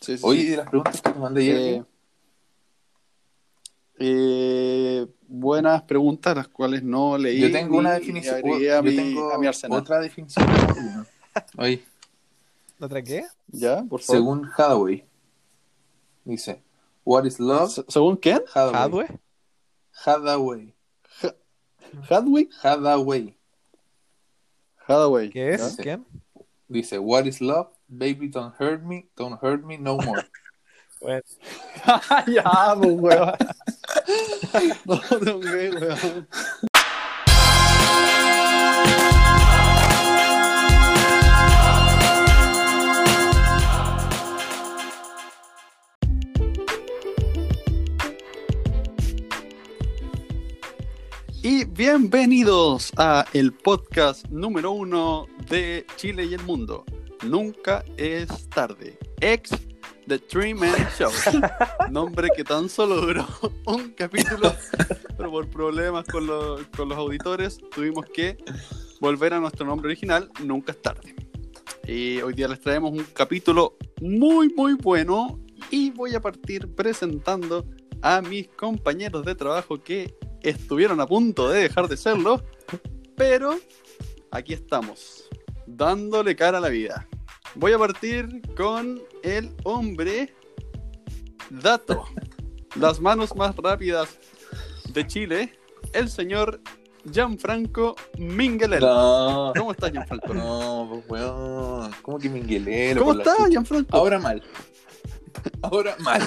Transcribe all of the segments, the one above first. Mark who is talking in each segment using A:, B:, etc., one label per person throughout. A: Sí, sí,
B: Oye,
A: sí.
B: ¿y de las preguntas que te mandé ayer?
A: Eh, eh, buenas preguntas, las cuales no leí.
B: yo tengo una
A: y-
B: definición.
A: Y agregué a
B: yo
A: mi,
B: tengo
A: a mi arsenal.
B: otra definición. Oye,
C: ¿Otra qué?
A: ¿Ya? Por favor.
B: según Hathaway, dice: What is love?
A: Se- ¿Según quién?
B: Hathaway.
C: ¿Hardware?
B: Hathaway.
A: Hadwick.
B: Hathaway.
A: Hathaway.
C: ¿Qué
A: ¿ya?
C: es?
B: Sí.
C: ¿Quién?
B: Dice: What is love? Baby, don't hurt me. Don't hurt me no more.
C: Bueno,
A: ya, pues, weón. no, no, güey, weón. Y bienvenidos a el podcast número uno de Chile y el mundo. Nunca es tarde. Ex The Three Man Show. Nombre que tan solo duró un capítulo, pero por problemas con, los- con los auditores tuvimos que volver a nuestro nombre original, Nunca es tarde. Y Eh, hoy día les traemos un capítulo muy, muy bueno y voy a partir presentando a mis compañeros de trabajo que estuvieron a punto de dejar de serlo, pero aquí estamos, dándole cara a la vida. Voy a partir con el hombre dato. Las manos más rápidas de Chile, el señor Gianfranco Minguelel.
B: no,
A: ¿Cómo estás, Gianfranco?
B: no, pues, weón. ¿Cómo que minguelero?
A: ¿Cómo
B: por la
A: estás,
B: chucha?
A: Gianfranco?
B: Ahora mal. Ahora mal.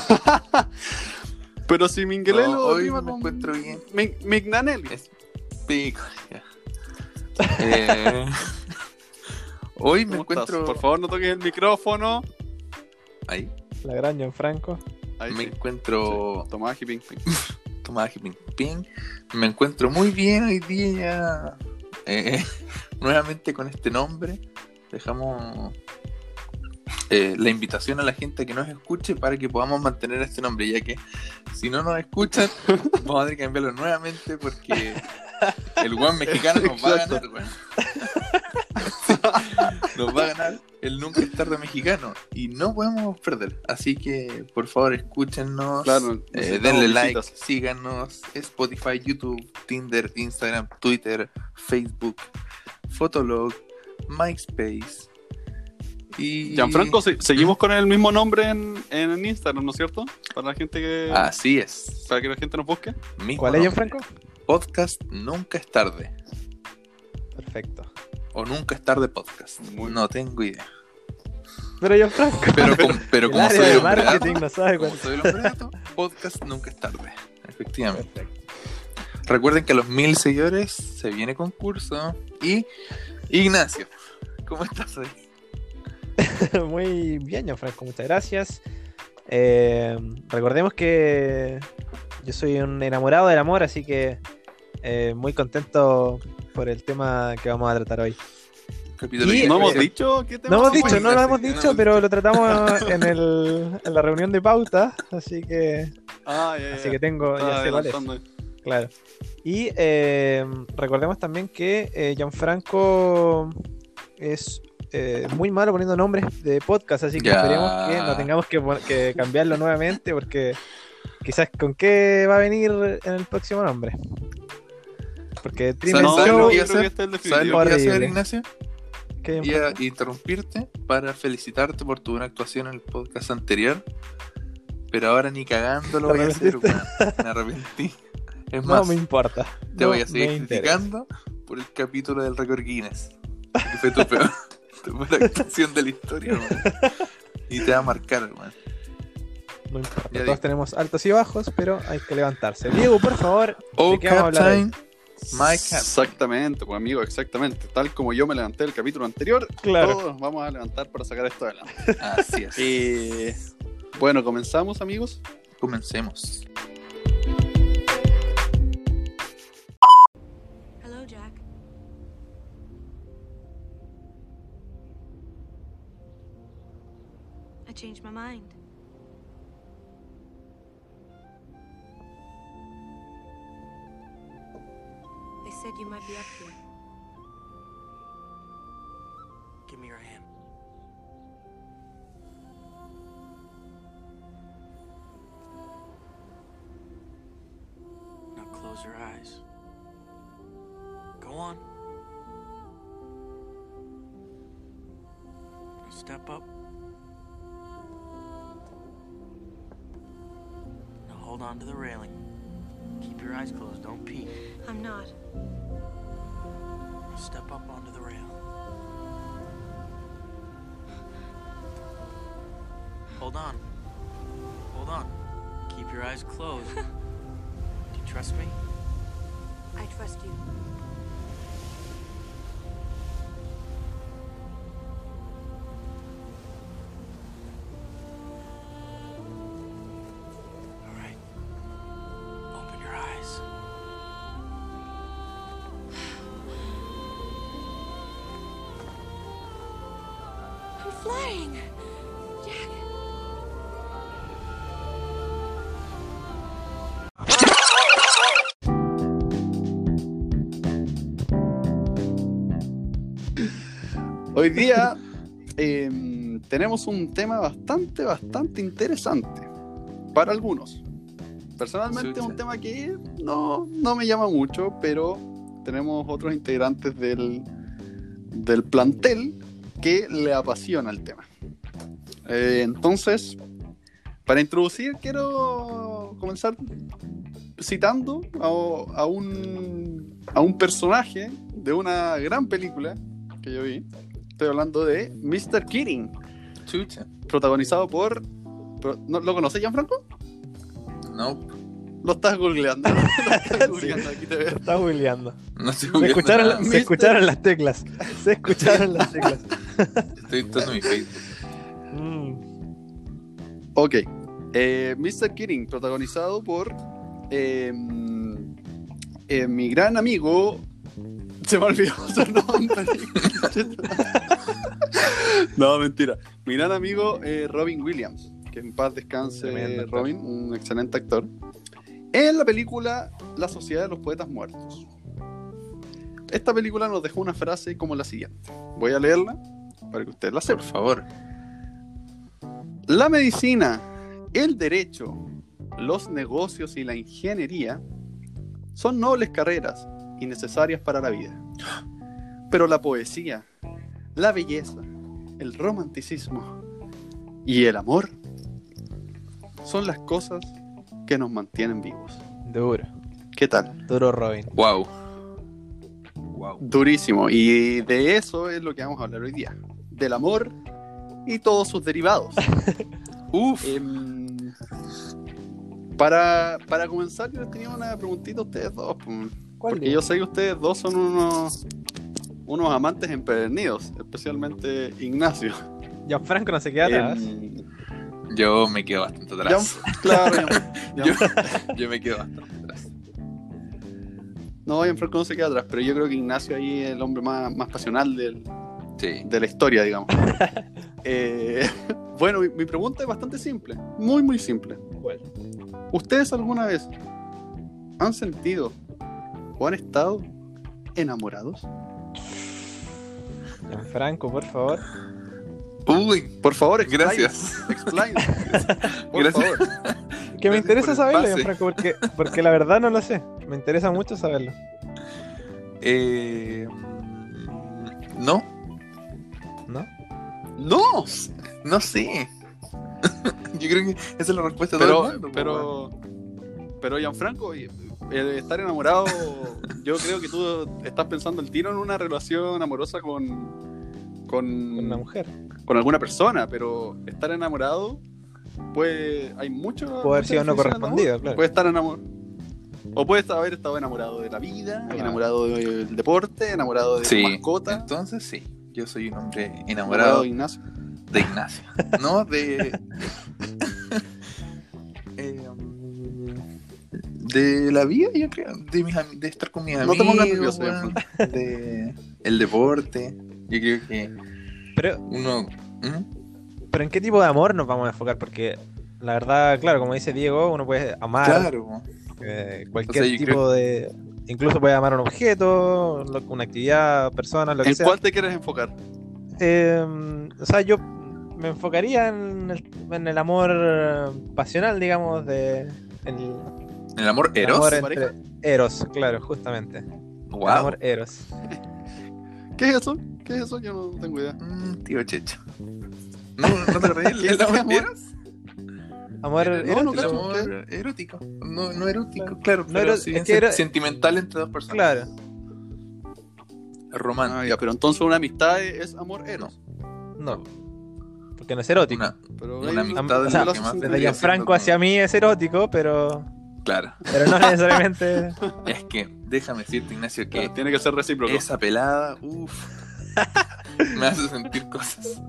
A: Pero si Minguelelo
B: No, hoy
A: rima
B: me
A: con
B: encuentro bien.
A: Min- Mignanelli.
B: Es pico. ya. Eh, hoy me
A: ¿Cómo estás?
B: encuentro.
A: Por favor, no toques el micrófono.
B: Ahí.
C: la gran John Franco.
A: Ahí
B: Me
A: sí.
B: encuentro.
A: Sí. Tomás y Ping Ping.
B: Tomás Ping Ping. Me encuentro muy bien hoy día ya. Eh, nuevamente con este nombre. Dejamos eh, la invitación a la gente a que nos escuche para que podamos mantener este nombre, ya que si no nos escuchan, vamos a tener que cambiarlo nuevamente porque el buen mexicano nos va a
A: Exacto.
B: ganar, weón. Sí, Nos va a ganar el nunca es tarde mexicano y no podemos perder. Así que por favor escúchenos.
A: Claro,
B: Eh,
A: necesitamos
B: denle like,
A: visitas.
B: síganos, Spotify, YouTube, Tinder, Instagram, Twitter, Facebook, Fotolog, MySpace. Y...
A: Gianfranco, se- seguimos con el mismo nombre en, en Instagram, ¿no es cierto? Para la gente que.
C: Ah.
B: Así es.
A: Para que la gente nos busque.
B: Mismo
C: ¿Cuál es John
B: nombre.
C: Franco?
B: Podcast Nunca es tarde.
C: Perfecto.
B: O Nunca es tarde podcast.
A: Muy-
B: No tengo idea.
C: Pero John Franco.
B: Pero, com- pero
C: el
B: como
C: área
B: soy
C: de
B: el hombre gato,
C: marketing no sabe
B: como
C: cuál.
B: soy el hombre gato, podcast Nunca es tarde. Efectivamente.
C: Perfecto.
B: Recuerden que a los mil seguidores se viene concurso. Y Ignacio, ¿cómo estás hoy?
C: Muy bien, John Franco, muchas gracias. Eh, recordemos que yo soy un enamorado del amor, así que eh, muy contento por el tema que vamos a tratar hoy.
B: Capítulo
C: Y-
B: diez.
A: No hemos
B: Eh,
A: dicho qué tema
C: No hemos
A: se
C: dicho,
A: puede
C: no lo
B: sí,
C: hemos
B: sí, no
C: dicho,
B: hemos
C: pero lo tratamos en, el, en la reunión de pauta, así que,
A: Ah, ya, ya,
C: así
A: ya.
C: que tengo,
A: Estaba
C: ya sé cuál es,
A: adelantando.
C: claro. Y eh, recordemos también que eh, Gianfranco es eh, muy malo poniendo nombres de podcast, así que
B: Ya.
C: esperemos que no tengamos que, pon- que cambiarlo nuevamente, porque quizás con qué va a venir en el próximo nombre. Porque
B: ¿Sabes-
C: Trim and
A: No,
B: sabes
C: Show-
B: lo
A: no,
B: que iba a
A: yo creo
B: hacer?
A: que este es el
B: ¿Sabes
A: definitivo.
B: lo que voy a hacer,
C: Horrible.
B: Ignacio?
C: que hay un
B: Voy a interrumpirte para felicitarte por tu buena actuación en el podcast anterior. Pero ahora ni cagando lo
C: ¿Te
B: voy a hacer,
C: arrepentiste?
B: weón. Me arrepentí. Es
C: No
B: más,
C: me importa.
B: te
C: no
B: voy a
C: me
B: seguir
C: interesa.
B: criticando por el capítulo del récord Guinness. Que fue tu peor, tu peor actuación de la historia, weón. Y te va a marcar, weón.
C: No importa,
B: Ya
C: todos
B: dije.
C: tenemos altos y bajos, pero hay que levantarse. Diego, por favor,
B: Oh,
C: ¿de qué vamos a hablar
B: Captain, my captain.
A: Exactamente, pues amigo, exactamente. Tal como yo me levanté el capítulo anterior,
C: Claro.
A: todos nos vamos a levantar para sacar esto adelante.
B: Así es.
A: Eh, bueno, comenzamos, amigos.
B: Comencemos.
D: Hello, Jack. I changed my mind. They said you might be up here.
E: Give me your hand. close her eyes. Go on. Now step up. Now hold on to the railing. Keep your eyes closed. Don't peek.
D: I'm not.
E: Now step up onto the rail. Hold on. Hold on. Keep your eyes closed. Do you trust me?
D: I trust you.
E: All right. Open your eyes.
D: I'm flying! Jack!
A: Hoy día em, tenemos un tema bastante, bastante interesante para algunos. Personalmente es un
B: Chucha.
A: tema que no, no me llama mucho, pero tenemos otros integrantes del, del plantel que le apasiona el tema. Eh, entonces, para introducir, quiero comenzar citando a, a un, a un personaje de una gran película que yo vi. Estoy hablando de Mr. Keating,
B: Chucha.
A: protagonizado por. pro- ¿no- ¿Lo conoces, Gianfranco?
B: No,
A: Lo estás googleando. Lo estás googleando, aquí te veo.
C: Está bulleando.
B: no estoy
C: Se
B: googleando
C: escucharon,
B: nada.
C: se
A: Mister-
C: escucharon las teclas. Se escucharon las teclas.
B: Estoy entrando en mi Facebook.
C: Mm,
A: Ok. Eh, Mr. Keating, protagonizado por eh, eh, mi gran amigo. Se me olvidó su nombre. no, mentira. Mi gran amigo eh, Robin Williams. Que en paz descanse
C: Tremendo actor.
A: Robin, un excelente actor. En la película La Sociedad de los Poetas Muertos. Esta película nos dejó una frase como la siguiente. Voy a leerla para que usted la sepa.
B: Por favor.
A: La medicina, el derecho, los negocios y la ingeniería son nobles carreras y necesarias para la vida. Pero la poesía, la belleza, el romanticismo y el amor son las cosas que nos mantienen vivos.
C: duro.
A: ¿Qué tal?
C: Duro Robin.
B: Wow. Wow.
A: Durísimo. Y de eso es lo que vamos a hablar hoy día. Del amor y todos sus derivados.
B: Uf.
A: Em, para, para comenzar, yo les tenía una preguntita a ustedes dos. pum, Porque yo sé que ustedes dos son unos, unos amantes empedernidos, especialmente Ignacio.
C: Gianfranco no se queda atrás.
A: Em,
B: Yo me quedo bastante atrás.
A: Jan- claro, Jan- Jan-
B: Yo, yo me quedo bastante atrás.
A: no, Gianfranco no se queda atrás, pero yo creo que Ignacio ahí es el hombre más, más pasional del,
B: Sí.
A: de la historia, digamos. Eh, bueno, mi, mi pregunta es bastante simple, muy, muy simple. ¿Ustedes alguna vez han sentido o han estado enamorados?
C: Gianfranco, por favor.
B: Uy,
A: Por favor, explain-
B: gracias.
A: Explain. Por
B: Gracias.
A: favor.
C: Que me
B: Gracias por
C: interesa
B: el
C: saberlo,
B: pase.
C: Gianfranco, porque, porque la verdad no lo sé. Me interesa mucho saberlo.
B: Eh, mm, no,
C: ¿No?
A: No,
B: no sé. Yo creo que esa es la respuesta de todo el
A: pero,
B: mundo, pues, po,
A: pero, pero Gianfranco, y- el estar enamorado, yo creo que tú estás pensando el tiro en una relación amorosa con,
C: Con una
B: Mm.
A: con,
C: mujer.
A: con alguna persona, pero estar enamorado, pues hay mucho.
C: Puede haber
A: mucha diferencia en
C: sido no
A: el amor.
C: correspondido, claro.
A: Puede estar enamorado. O puedes haber estado enamorado de la vida,
C: Claro.
A: enamorado del deporte, enamorado de
B: Sí.
A: tu mascota,
B: Entonces sí, yo soy un hombre
A: enamorado
B: enamorado
A: de Ignacio.
B: de Ignacio. No, de. Eh, mm, de la vida, yo creo. De, mis ami- de estar con mis
A: No te
B: amigos.
A: pongas nervioso,
B: weón,
C: pues.
B: De el deporte. Yo creo que
C: Pero,
B: uno. ¿Mm?
C: pero ¿en qué tipo de amor nos vamos a enfocar? Porque la verdad, claro, como dice Diego, uno puede amar
B: Claro, po.
C: eh, cualquier
B: O sea, yo
C: tipo de... Incluso puede amar un objeto, lo- una actividad, personas, lo que
A: ¿En
C: sea.
A: cuál te quieres enfocar?
C: Eh, o sea, yo me enfocaría en el, en el amor eh, pasional, digamos, de el,
B: El amor
C: El
B: eros.
C: amor
A: ¿Eros?
C: entre Eros, claro, justamente.
B: Wow.
C: El amor Eros.
A: ¿Qué es eso? ¿Qué es eso? Yo no tengo
C: e-.
A: idea.
B: Mm, tío Checho. No, no te reí.
A: ¿Qué
B: El amor
A: amor?
B: eros.
C: e-, Amor
A: No,
C: Eros.
A: no,
B: El
A: cacho,
B: amor erótico. No, no erótico, claro.
C: e-. No
B: pero
C: ero-
B: sí
C: es
B: bien
C: que era-
B: sentimental entre dos personas.
C: Claro.
B: Romántico.
A: Ah, ya, pero entonces una amistad es amor eros.
C: No. Porque no es Ah, erótico.
B: Una,
A: Pero
B: Una
A: hay
B: amistad
C: es lo
A: relación
B: que más
A: sentimental.
C: Desde
B: Siendo
C: Franco
B: como-
C: hacia mí es erótico, pero,
B: claro.
C: pero no necesariamente.
B: Es que, déjame decirte, Ignacio, que
A: Claro, tiene que ser recíproco.
B: esa pelada, uff, me hace sentir cosas.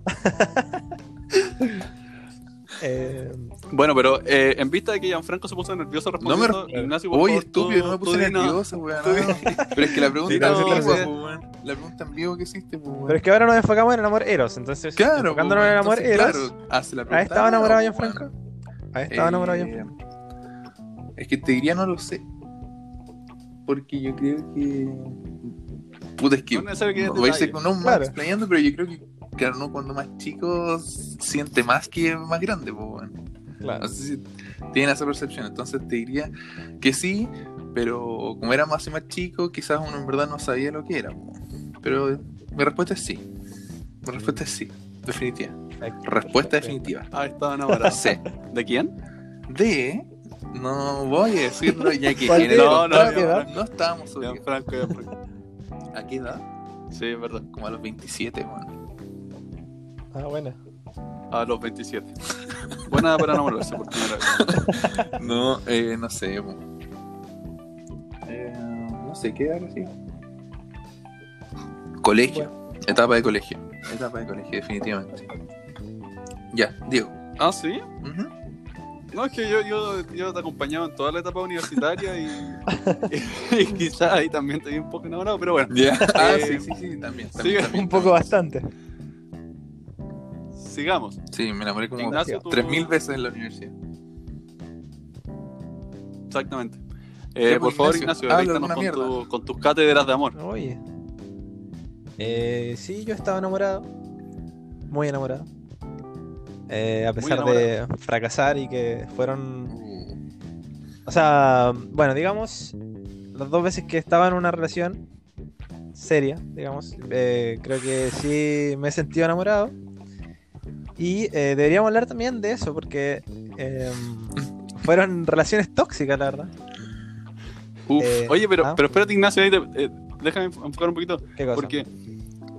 C: eh,
A: Bueno, pero eh, en vista de que Gianfranco se puso nervioso
B: me
A: respondiendo,
B: respondas.
A: Ignacio, por
B: Oye,
A: favor, tú-
B: estúpido, no me
A: tú
B: puse
A: di nada.
B: nervioso, weón.
A: Tú di-
B: no. pues, Pero es que la pregunta
A: Di nada,
B: en vivo,
C: claro.
B: po, weón. La pregunta en vivo que hiciste, po, weón.
C: pero es que ahora nos enfocamos en el amor Eros. Entonces,
B: Claro, po,
C: enfocándonos en el amor
B: entonces,
C: Eros.
B: claro, hace la
C: ¿Has
B: pregunta
C: estado
B: ahora,
C: Ah, enamorado de
B: po, weón.
C: Gianfranco? ¿Has estado enamorado de
B: Eh,
C: Gianfranco?
B: Es que te diría no lo sé. Porque yo creo que. Puta, es que.
A: No es necesario que des
B: voy a irse
A: detalles.
B: con un
C: Claro.
B: más explayando, pero yo creo que, claro, no cuando más chico siente más que más grande, pues,
C: Claro.
A: Ah.
B: No sé si tienen esa percepción. Entonces te diría que sí, pero como era más y más chico, quizás uno en verdad no sabía lo que era, po. Pero mi respuesta es sí. Mi respuesta es sí. Definitiva. Respuesta definitiva.
A: Ah, estaba enamorado.
B: Sí
A: ¿De quién?
B: de no voy a decirlo ya que
C: ¿Cuál
B: en el
C: de-
B: no,
A: cuál de
B: no,
A: edad?
B: no estábamos obligados.
A: Gianfranco, Gianfranco.
B: ¿A qué edad?
A: Sí, es verdad.
B: Como a los 27, bueno.
C: Ah, bueno.
A: A los 27. Buena edad para enamorarse por primera vez.
B: No, eh, no sé, po. Eh, no sé qué edad recién. Colegio, etapa de colegio. Etapa de colegio, definitivamente. Ya, Diego.
A: Ah, sí.
B: Ujú.
A: No, es que yo, yo, yo te acompañaba en toda la etapa universitaria y, y, quizás ahí también te vi un poco enamorado, pero bueno,
B: Ya. Ah, sí,
A: Eh,
B: sí, sí, también. también,
A: sigue
B: también,
C: Un poco
B: también.
C: bastante.
A: sigamos.
B: Sí, me enamoré como
A: Ignacio, tú-
B: 3.000 veces en la universidad.
A: Exactamente. Eh,
B: Ya,
A: por
B: pues,
A: favor,
B: Ignacio,
A: Ignacio,
B: habla
A: deleítanos
B: alguna
A: con,
B: mierda.
A: tu- con tus cátedras de amor.
C: Oye. Eh, sí, yo estaba enamorado. Muy enamorado. Eh, a pesar de fracasar y que fueron
B: Uh,
C: O sea, bueno, digamos, las dos veces que estaba en una relación seria, digamos, eh, creo que sí me he sentido enamorado. Y eh, deberíamos hablar también de eso, porque eh, fueron relaciones tóxicas, la verdad.
B: Uf.
C: Eh,
A: Oye, pero,
C: ah.
A: pero espérate, Ignacio, ahí te- eh, déjame enfocar un poquito,
C: ¿Qué cosa?
A: porque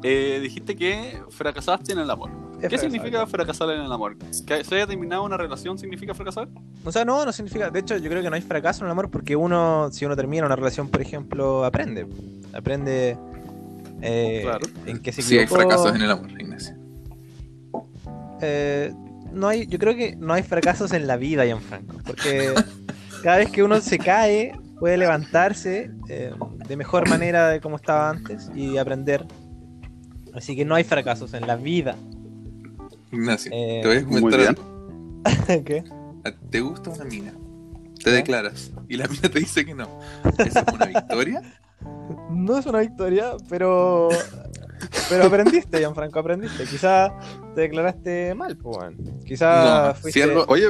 A: eh, dijiste que fracasaste en el amor.
C: Es
A: ¿Qué
C: fracasar.
A: significa fracasar en el amor? ¿Que se haya terminado una relación significa fracasar?
C: O sea, no, no significa. De hecho, yo creo que no hay fracaso en el amor porque uno, si uno termina una relación, por ejemplo, aprende. Aprende eh,
A: Claro.
C: en qué se
B: Sí, hay
C: equivocó,
B: fracasos en el amor, Ignacio.
C: Eh, no hay, yo creo que no hay fracasos en la vida, Gianfranco, porque cada vez que uno se cae, puede levantarse eh, de mejor manera de como estaba antes y aprender. Así que no hay fracasos en la vida.
B: Ignacio,
C: Eh,
B: te voy a
A: Muy
B: comentar
A: bien.
B: algo.
C: ¿Qué?
B: a- te gusta una mina, te declaras y la mina te dice que no. ¿Eso es una victoria?
C: No es una victoria, pero pero aprendiste, Gianfranco, aprendiste. Quizá te declaraste mal, pues, bueno. Quizá
B: No,
C: fuiste,
B: cierro-
A: Oye,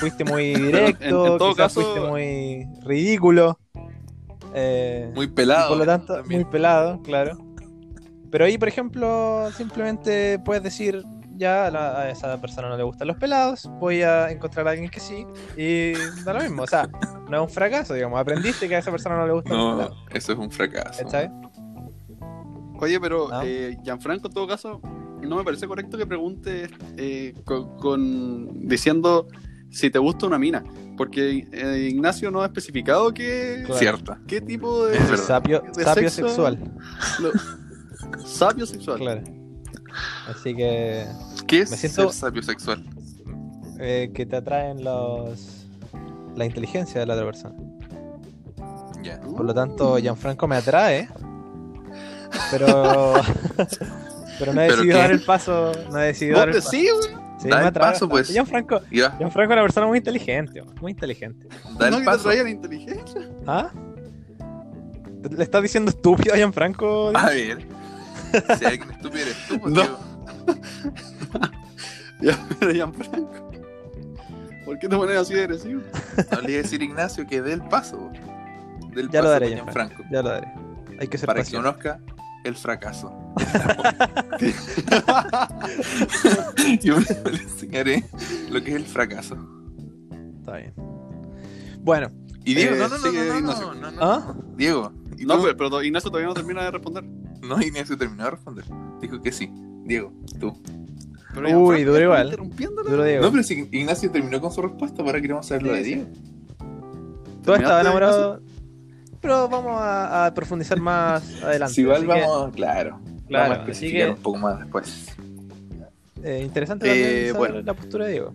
C: fuiste muy
A: en- en
C: directo,
A: todo
C: quizá
A: caso-
C: fuiste muy ridículo. Eh,
B: Muy
C: Y
B: pelado.
C: por lo tanto,
B: también.
C: muy pelado, claro. Pero ahí, por ejemplo, simplemente puedes decir, ya a, la- a esa persona no le gustan los pelados, voy a encontrar a alguien que sí, y da lo mismo. O sea, no es un fracaso, digamos, aprendiste que a esa persona no le gustan los pelados.
B: No, eso es un fracaso.
C: ¿Cachai?
A: Oye, pero
C: Ah.
A: eh, Gianfranco, en todo caso, no me parece correcto que preguntes eh, con, con- diciendo si te gusta una mina, porque eh, Ignacio no ha especificado qué,
C: Claro.
B: Cierta.
A: qué tipo de
B: Es verdad.
C: Sapio,
A: De
C: sapio
A: sexo-
C: sexual,
A: lo- sapio sexual.
C: claro. Así que,
B: ¿Qué es
C: Me siento-
B: ser sabio sexual?
C: eh, que te atraen los la inteligencia de la otra persona.
B: Ya.
C: Por lo
B: Uh.
C: tanto, Gianfranco me atrae. Pero. pero no he
B: ¿Pero
C: decidido
B: qué?
C: dar el paso. No he decidido
A: ¿Vos
C: dar el paso.
A: decís, güey?
C: Sí,
B: Da
C: me
B: el
C: atrae
B: paso,
C: bastante.
B: pues.
C: Gianfranco,
B: Y va,
C: Gianfranco es una persona muy inteligente, man, muy inteligente.
B: da
A: ¿No
B: el
A: que te
B: paso.
A: traía la inteligencia?
C: ¿Ah? ¿Le estás diciendo estúpido a Gianfranco?
B: A ver. Si alguien estúpido eres tú, pues,
A: No.
B: Diego.
A: Ya, pero Gianfranco. ¿Por qué te pones así de agresivo?
B: No le iba a decir Ignacio que dé el paso. Del
C: Ya
B: paso
C: lo daré,
B: Peña
C: Gianfranco.
B: Franco.
C: Ya lo daré. Hay que ser
B: Para que
C: paciente.
B: conozca el fracaso. Yo le enseñaré lo que es el fracaso.
C: Está bien. Bueno,
B: Y Diego,
A: Eh,
B: no, no, no,
A: sigue
B: no, no,
A: Ignacio.
B: no, no,
C: ¿ah?
B: Diego, ¿y
A: No,
B: tú?
A: pues, pero Ignacio todavía no termina de responder.
B: No, Ignacio terminó de responder. Dijo que sí. Diego, tú.
A: Pero
C: Uy,
A: Gianfranco,
C: duro igual.
A: interrumpiéndolo.
C: Duro Diego.
B: No, pero si Ignacio terminó con su respuesta, ahora queremos saber lo de Diego.
C: Todo
A: terminaste,
C: estaba enamorado. Pero vamos a, a profundizar más adelante.
B: Si igual
C: así que,
B: vamos, claro.
C: Claro,
B: vamos a
C: así
B: especificar
C: que-
B: un poco más después.
C: eh, interesante
A: Eh,
C: también saber
A: bueno.
C: la postura de Diego.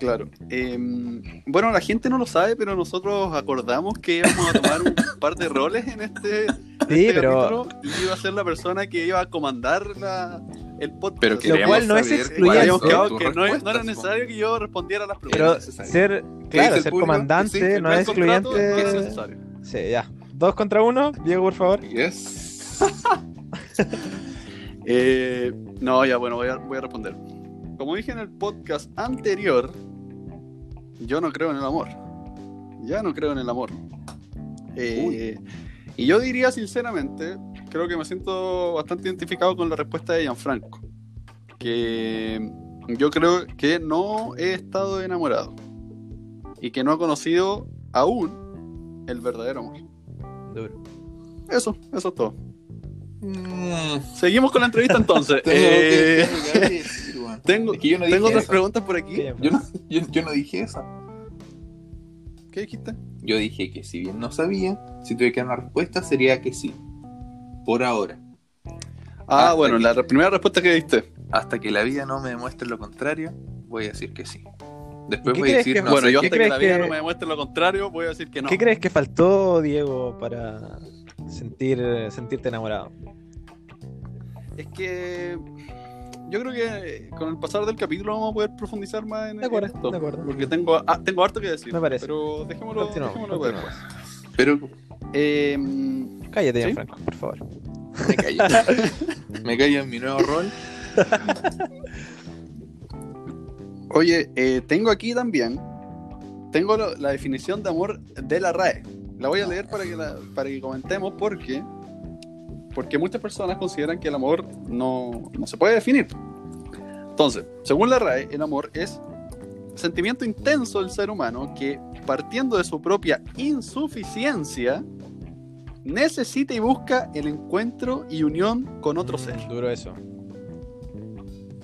A: Claro. Em, bueno, la gente no lo sabe, pero nosotros acordamos que íbamos a tomar un par de roles en este, en
C: Sí,
A: este capítulo
C: pero-
A: y iba a ser la persona que iba a comandar la, el podcast.
B: Pero
A: que
B: queríamos
C: cual no es
B: saber
C: excluyente.
B: cuáles
A: habíamos
B: son
A: quedado
B: tus
A: que no, no era
B: respuestas,
A: necesario que yo respondiera a las
C: Pero
A: preguntas.
B: necesario.
C: ser,
B: dice
C: claro,
B: el
C: ser
B: público?
C: comandante
B: Que sí, que
C: no
B: no
C: es
A: El contrato no es
C: excluyente.
A: necesario.
C: sí, ya. Dos contra uno, Diego, por favor.
B: po. Yes.
A: Eh, no, ya bueno, voy a, voy a responder. Como dije en el podcast anterior, yo no creo en el amor. Ya no creo en el amor. Eh, y yo diría sinceramente, creo que me siento bastante identificado con la respuesta de Gianfranco. Que yo creo que no he estado enamorado. Y que no he conocido aún el verdadero amor.
C: Duro.
A: Eso, eso es todo.
B: Mm,
A: Seguimos con la entrevista entonces.
B: tengo que-
A: Eh,
B: tengo que algo que decir, weón.
A: Tengo,
B: Es que yo no
A: tengo
B: dije
A: otras
B: eso.
A: preguntas por aquí.
C: Bien,
B: Yo no, yo, yo no dije eso.
A: ¿Qué dijiste?
B: Yo dije que si bien no sabía, si tuviera que dar una respuesta sería que sí. Por ahora.
A: Ah,
B: Ah,
A: bueno,
B: aquí.
A: la re- primera respuesta que diste.
B: Hasta que la vida no me demuestre lo contrario, voy a decir que sí. Después
C: ¿Y qué
B: voy a
C: crees
B: decir
C: que-
B: no
A: bueno,
B: sé
A: yo
B: qué.
A: hasta que la vida
C: crees que-
A: no me demuestre lo contrario, voy a decir que no.
C: ¿Qué crees que faltó, Diego, para sentir, sentirte enamorado?
A: Es que yo creo que con el pasar del capítulo vamos a poder profundizar más en,
C: De acuerdo,
A: en esto.
C: de acuerdo.
A: Porque tengo, ah, tengo harto que decir.
C: Me parece.
A: Pero dejémoslo,
C: Continuamos.
A: dejémoslo para
C: continuamos.
B: Pero
A: después. Eh,
C: pues. Cállate,
A: ¿Sí?
C: Franco, por favor.
B: me callo. me callo en mi nuevo rol.
A: Oye, eh, tengo aquí también, tengo lo- la definición de amor de la RAE. La voy a leer para que, la- para que comentemos porque, porque muchas personas consideran que el amor no, no se puede definir. Entonces, según la RAE, el amor es sentimiento intenso del ser humano que, partiendo de su propia insuficiencia, necesita y busca el encuentro y unión con otro ser.
C: Mm, Duro eso.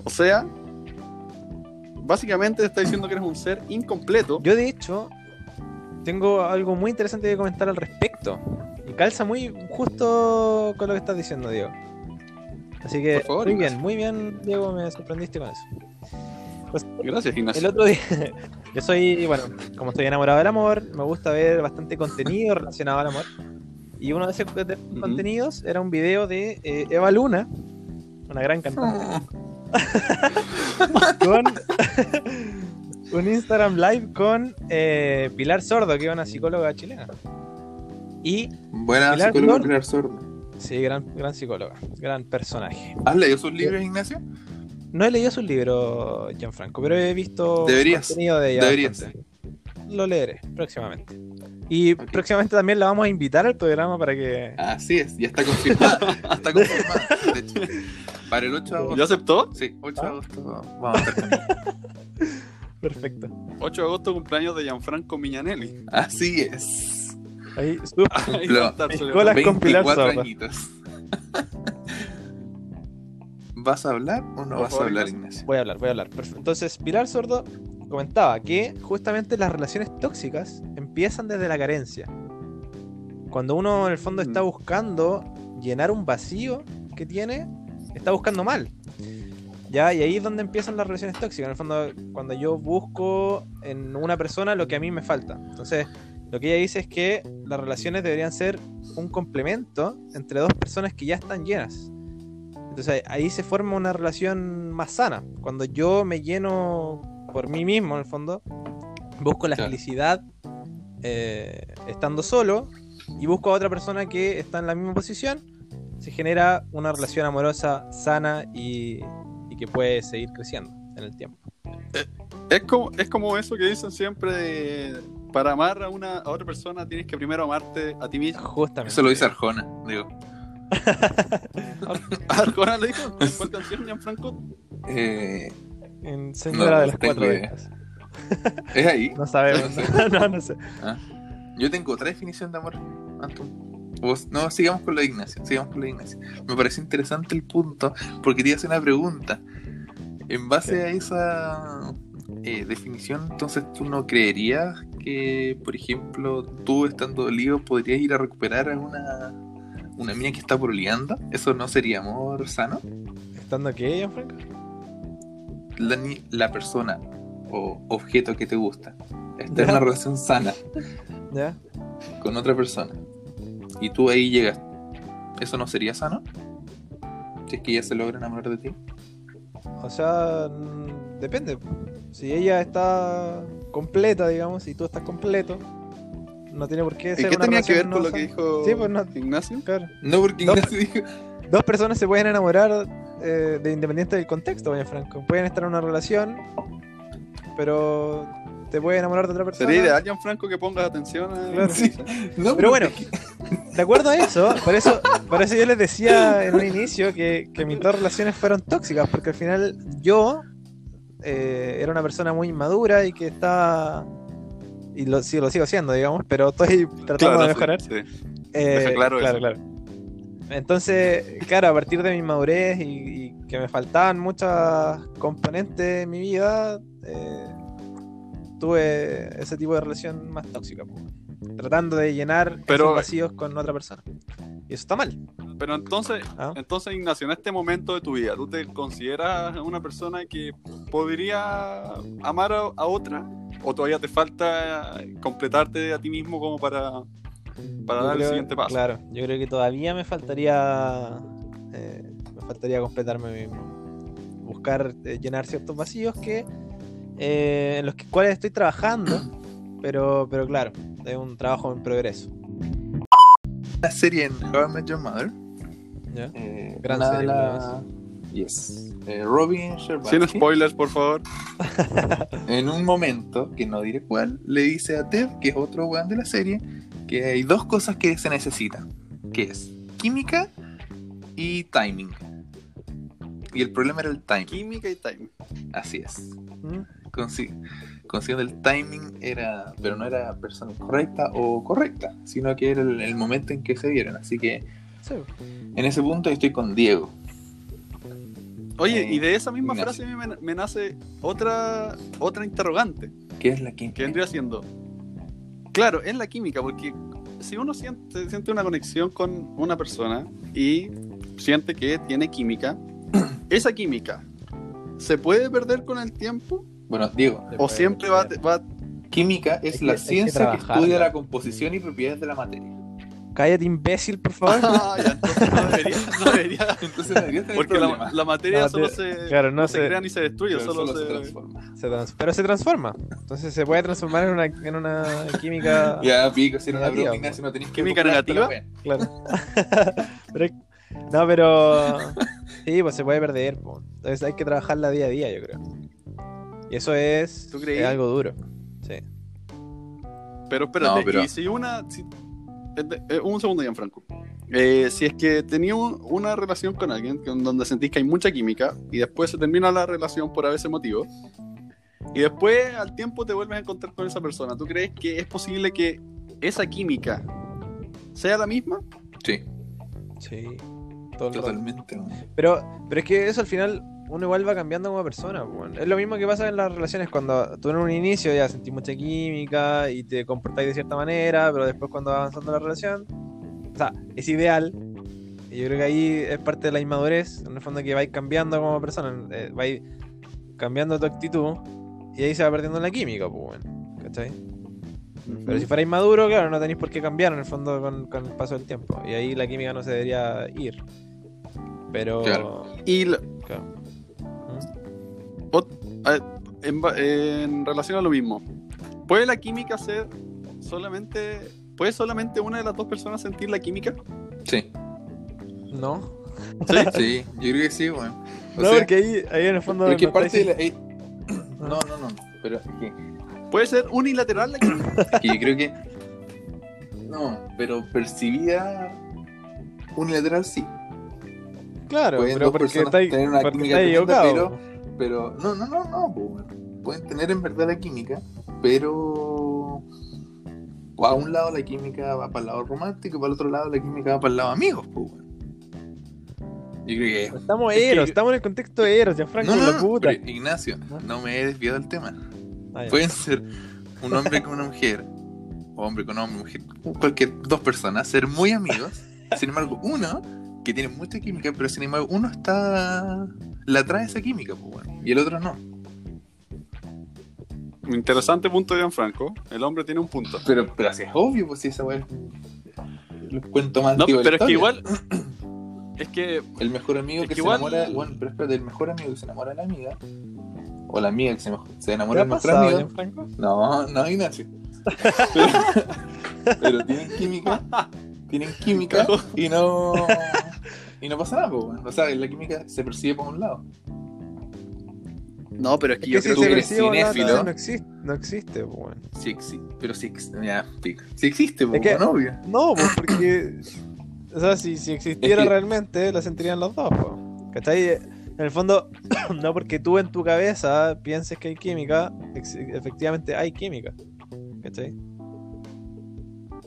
A: O sea, básicamente te está diciendo que eres un ser incompleto.
C: Yo, de hecho, tengo algo muy interesante que comentar al respecto. Y calza muy justo con lo que estás diciendo, Diego. Así que,
A: Por favor,
C: muy bien, muy bien, Diego, me sorprendiste con eso.
A: Gracias,
C: El
A: Ignacio.
C: otro día, yo soy, bueno, como estoy enamorado del amor, me gusta ver bastante contenido relacionado al amor. Y uno de esos de- contenidos era un video de eh, Eva Luna, una gran cantante, con un Instagram Live con eh, Pilar Sordo, que es una psicóloga chilena. Y,
B: Buena
C: Pilar
B: psicóloga
C: Sordo.
B: Pilar Sordo.
C: sí, gran, gran psicóloga, gran personaje.
B: ¿Has leído sus libros, Ignacio?
C: No he leído sus libros, Gianfranco, pero he visto
B: Deberías,
C: contenido de ella.
B: deberías.
C: bastante. Lo leeré próximamente. Y
B: Ok.
C: próximamente también la vamos a invitar al programa para que.
B: Así es, ya está confirmada. está confirmada. De hecho, para el 8 de
A: ¿Ya
B: agosto.
A: aceptó?
B: Sí, 8 de agosto vamos a estar con ella.
C: Perfecto.
A: 8 de agosto, cumpleaños de Gianfranco Miñanelli.
B: Así es.
C: Ahí, su-
A: Ahí
B: Lo-
A: va a estar celebrando.
C: Hola, con Pilar
B: 24
C: Sordo.
B: añitos. ¿Vas a hablar o no
A: Por
B: vas
A: favor,
B: a hablar, Ignacio?
C: Voy a hablar, voy a hablar. Perfecto. Entonces, Pilar Sordo comentaba que justamente las relaciones tóxicas empiezan desde la carencia. Cuando uno en el fondo está buscando llenar un vacío que tiene, está buscando mal. Ya, y ahí es donde empiezan las relaciones tóxicas. En el fondo, cuando yo busco en una persona lo que a mí me falta. Entonces, lo que ella dice es que las relaciones deberían ser un complemento entre dos personas que ya están llenas. Entonces ahí ahí se forma una relación más sana. Cuando yo me lleno por mí mismo, en el fondo, busco la
B: Claro.
C: felicidad eh, estando solo y busco a otra persona que está en la misma posición, se genera una relación amorosa sana y, y que puede seguir creciendo en el tiempo.
A: Es como, es como eso que dicen siempre de, para amar a una a otra persona tienes que primero amarte a ti mismo.
C: Justamente.
B: Eso lo dice Arjona, digo.
A: Arjona lo dijo, ¿en cuál canción, Gianfranco?
B: Eh,
C: En Señora
B: No,
C: de las
B: tengo
C: Cuatro
B: idea.
C: Décadas.
B: ¿Es ahí?
C: No sabemos.
B: No
C: No, no, sé.
B: Yo tengo otra definición de amor, Anton. Vos- no, sigamos con la Ignacia, sigamos con la Ignacia. Me pareció interesante el punto porque quería hacer una pregunta. En base
C: Sí.
B: a esa eh, definición, entonces tú no creerías que, por ejemplo, tú estando dolido podrías ir a recuperar a una, una mina que está proleando? ¿Eso no sería amor sano?
C: ¿Estando aquí, Gianfranco?
B: La, ni- la persona o objeto que te gusta está en
C: Ya.
B: una relación sana.
C: ¿Ya?
B: con otra persona y tú ahí llegas, ¿eso no sería sano? Si es que ella se logra enamorar de ti.
C: O sea, mm, depende. Si ella está completa, digamos, y tú estás completo, no tiene por qué
A: ¿Y
C: ser
A: qué
C: una
A: tenía que ver
C: relación
A: con
C: no
A: lo que
C: sana.
A: dijo
C: Sí, pues, no-
A: Ignacio?
C: Claro.
B: No, porque
C: No,
B: Ignacio dijo.
C: Dos personas se pueden enamorar eh, de independiente del contexto, vaya Franco. Pueden estar en una relación, pero te puede enamorar de otra persona.
A: Sería ideal, Gianfranco, que pongas atención a...
C: Claro.
B: Sí. No,
C: Pero bueno,
B: porque-
C: de acuerdo a eso, por eso, por eso yo les decía en un inicio que, que mis dos relaciones fueron tóxicas, porque al final yo eh, era una persona muy inmadura y que estaba. Y lo, sí, lo sigo siendo, digamos, pero estoy tratando de mejorar.
A: sí, sí.
C: Eh,
A: Deja claro eso.
C: claro, claro. Entonces, claro, a partir de mi madurez y, y que me faltaban muchas componentes de mi vida, eh, tuve ese tipo de relación más tóxica, po, tratando de llenar
A: Pero-
C: esos vacíos con otra persona. Y eso está mal.
A: Pero entonces,
C: ¿ah?
A: entonces, Ignacio, en este momento de tu vida, ¿tú te consideras una persona que podría amar a, a otra? ¿O todavía te falta completarte a ti mismo como para, para
C: Yo
A: dar el
C: creo-
A: siguiente paso?
C: Claro, yo creo que todavía me faltaría. eh, me faltaría completarme a mí mismo. Buscar eh, llenar ciertos vacíos que. eh, en los que- cuales estoy trabajando. Pero, pero claro, es un trabajo en progreso.
B: la serie en How I Met Your Mother.
C: ¿ya?
B: eh,
C: Gran
B: una de
C: serie,
B: la- Yes. Eh, Robin
A: Sin
B: Sherbatsky,
A: spoilers, por favor.
B: en un momento, que no diré cuál, le dice a Ted, que es otro weón de la serie, que hay dos cosas que se necesitan, que es química y timing. Y el problema era el timing.
A: Química y time.
B: Así es.
C: ¿Mm?
B: consi- consiguiendo el timing era pero no era persona correcta o correcta sino que era el, el momento en que se vieron así que
C: Sí.
B: en ese punto estoy con Diego
A: Oye,
B: Eh,
A: y de esa misma
B: Ignacio.
A: frase a mí me, me nace otra, otra interrogante,
B: que es la
A: que
B: química
A: vendría siendo... Claro, es la química, porque si uno siente, siente una conexión con una persona y siente que tiene química, esa química, ¿se puede perder con el tiempo?
B: bueno Diego
A: ¿O siempre va, a- va a-
B: química es,
C: Hay que-
B: la
C: hay que
B: ciencia que,
C: trabajarla.
B: estudia la composición y propiedades de la materia
C: Cállate, imbécil, por favor.
A: Ah, ya, entonces no debería, no debería-
B: entonces no debería tener
A: porque la,
B: problema.
A: la materia
C: No,
A: solo
C: te-
A: se,
C: claro, no
A: no se
C: se-
A: crea ni se destruye,
B: Pero
A: solo, se...
B: transforma
C: Se trans- pero se transforma. Entonces se puede transformar en una, en una química.
B: ya pico si era una
C: Negativa,
B: broma Ignacio, no tenés que
A: ¿Química
B: comprarte la
A: negativa?
B: wea.
C: Claro. Pero- no, pero. Sí, pues se puede perder. po. Entonces hay que trabajarla día a día, yo creo. Y eso es,
A: ¿Tú creí?
C: es algo duro. Sí.
A: Pero espérate,
B: No, pero-
A: y si una. si- eh, eh, un segundo, Gianfranco. Eh, si es que tenía un- una relación con alguien con- donde sentís que hay mucha química y después se termina la relación por a veces motivo y después al tiempo te vuelves a encontrar con esa persona, ¿tú crees que es posible que esa química sea la misma?
B: sí
C: Sí. Todo el rato.
B: totalmente
C: Pero, pero es que eso al final uno igual va cambiando como persona. po, weón. Es lo mismo que pasa en las relaciones cuando tú en un inicio ya sentís mucha química y te comportáis de cierta manera, pero después cuando va avanzando la relación, o sea, es ideal. Y yo creo que ahí es parte de la inmadurez, en el fondo que vais cambiando como persona, eh, vais cambiando tu actitud y ahí se va perdiendo la química, pues, ¿cachai? Pero si fuera inmaduro, claro, no tenéis por qué cambiar en el fondo con, con el paso del tiempo. Y ahí la química no se debería ir. Pero...
B: Claro.
A: Y la-
C: Claro.
A: Ot- a- en, ba- en relación a lo mismo, ¿puede la química ser solamente... ¿Puede solamente una de las dos personas sentir la química?
B: sí
C: No.
B: sí yo creo que sí bueno O
C: no,
B: sea,
C: porque ahí, ahí en el fondo.
B: Pero es que
C: no
B: parte de
C: estáis-
B: la, eh,
C: Ah.
B: No, no, no. Pero es que
A: Puede ser unilateral la que-
B: que yo creo que. No, pero percibida unilateral sí.
C: Claro,
B: Pueden
C: pero
B: dos
C: porque
B: personas
C: estáis
B: tener una
C: porque
B: química
C: estáis
B: tremenda,
C: equivocados.
B: Pero. No, no, no, no. po, weón. Pueden tener en verdad la química, pero. A un lado la química va para el lado romántico y para el otro lado la química va para el lado amigos, po, weón. Yo creo que
C: Estamos
B: Es que
C: eros,
B: yo-
C: estamos en el contexto de eros, Gianfranco, la puta.
B: pero, Ignacio,
C: ¿No?
B: no me he desviado del tema.
C: Ah, ya.
B: Pueden ser un hombre con una mujer, o hombre con hombre, mujer, cualquier dos personas, ser muy amigos. Sin embargo, uno que tiene mucha química, pero sin embargo, uno está. la trae esa química, pues, bueno, y el otro no.
A: Interesante punto de Franco. El hombre tiene un punto.
B: Pero, pero así es obvio, pues, si esa weá es. Los cuentos más
A: No,
B: antiguos de
A: pero
B: la
A: es que
B: historia.
A: igual. Es que
B: El mejor amigo
A: es
B: que
A: que
B: se
A: igual-
B: enamora. Bueno, pero espérate, el mejor amigo que se enamora de la amiga. O la amiga que se, se
C: ¿Te
B: enamora
C: ha
B: del mejor
C: pasado,
B: amigo.
C: Gianfranco?
B: No, no, Ignacio. Pero, pero tienen química. Tienen química y no. Y no pasa nada, pues, weón. O sea, la química se percibe por un lado.
A: No, pero es
C: Es
A: que
C: que
A: yo
C: si
A: creo
B: tú
C: se
A: que
B: eres
C: percibe o no,
B: cinéfilo.
C: entonces no existe, no existe, pues, weón.
B: Sí existe. Pero sí existe. Ya, pico. Sí existe, pues,
C: Es que-
B: weón, obvio.
C: No, pues porque. O sea, si, si existiera
B: Es que-
C: realmente, la sentirían los dos, pues. ¿Cachai? En el fondo, no porque tú en tu cabeza pienses que hay química, ex- efectivamente hay química. ¿Cachai?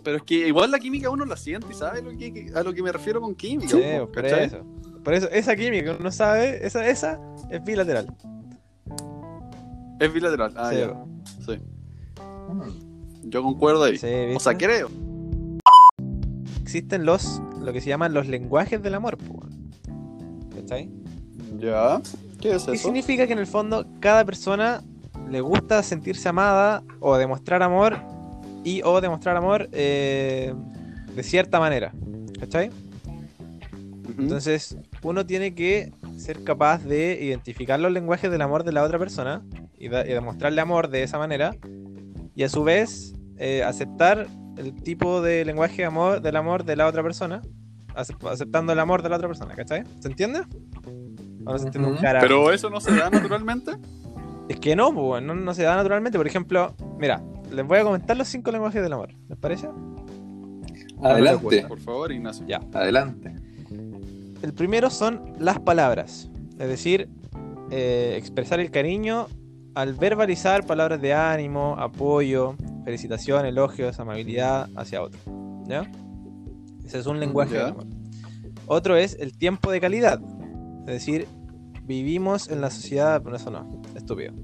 A: Pero es que igual la química uno la siente, ¿sabes lo que- a lo que me refiero con química?
C: Sí,
A: po,
C: por
A: ¿cachai?
C: eso. Por eso, esa química que uno sabe, esa, esa es bilateral.
A: Es bilateral. Ah,
C: Sí,
A: ya.
C: po.
A: Sí.
B: Mm.
A: Yo concuerdo ahí.
C: Sí,
A: o sea,
C: ¿viste?
A: creo.
C: existen los, lo que se llaman los lenguajes del amor, po, weón. ¿Cachai?
A: Ya. ¿Qué es
C: ¿Qué
A: eso?
C: significa que en el fondo cada persona le gusta sentirse amada o demostrar amor y o demostrar amor eh, de cierta manera? ¿Cachai?
A: Ujú.
C: Entonces uno tiene que ser capaz de identificar los lenguajes del amor de la otra persona y, da- y demostrarle amor de esa manera y a su vez eh, aceptar el tipo de lenguaje de amor, del amor de la otra persona, acep- aceptando el amor de la otra persona, ¿cachai? ¿Se entiende? O no se entiende un
B: Ujú.
C: carajo.
A: Pero eso no se da naturalmente.
C: Es que no, pues, no, no se da naturalmente. Por ejemplo, mira, les voy a comentar los cinco lenguajes del amor. ¿Les parece?
B: Adelante,
A: Por favor, Ignacio.
B: adelante.
C: El primero son las palabras. Es decir, eh, expresar el cariño al verbalizar palabras de ánimo, apoyo, felicitación, elogios, amabilidad hacia otro. ¿Ya? Ese es un lenguaje
A: Ya.
C: del amor. Otro es el tiempo de calidad. Es decir, vivimos en la sociedad. Bueno, eso no, estúpido.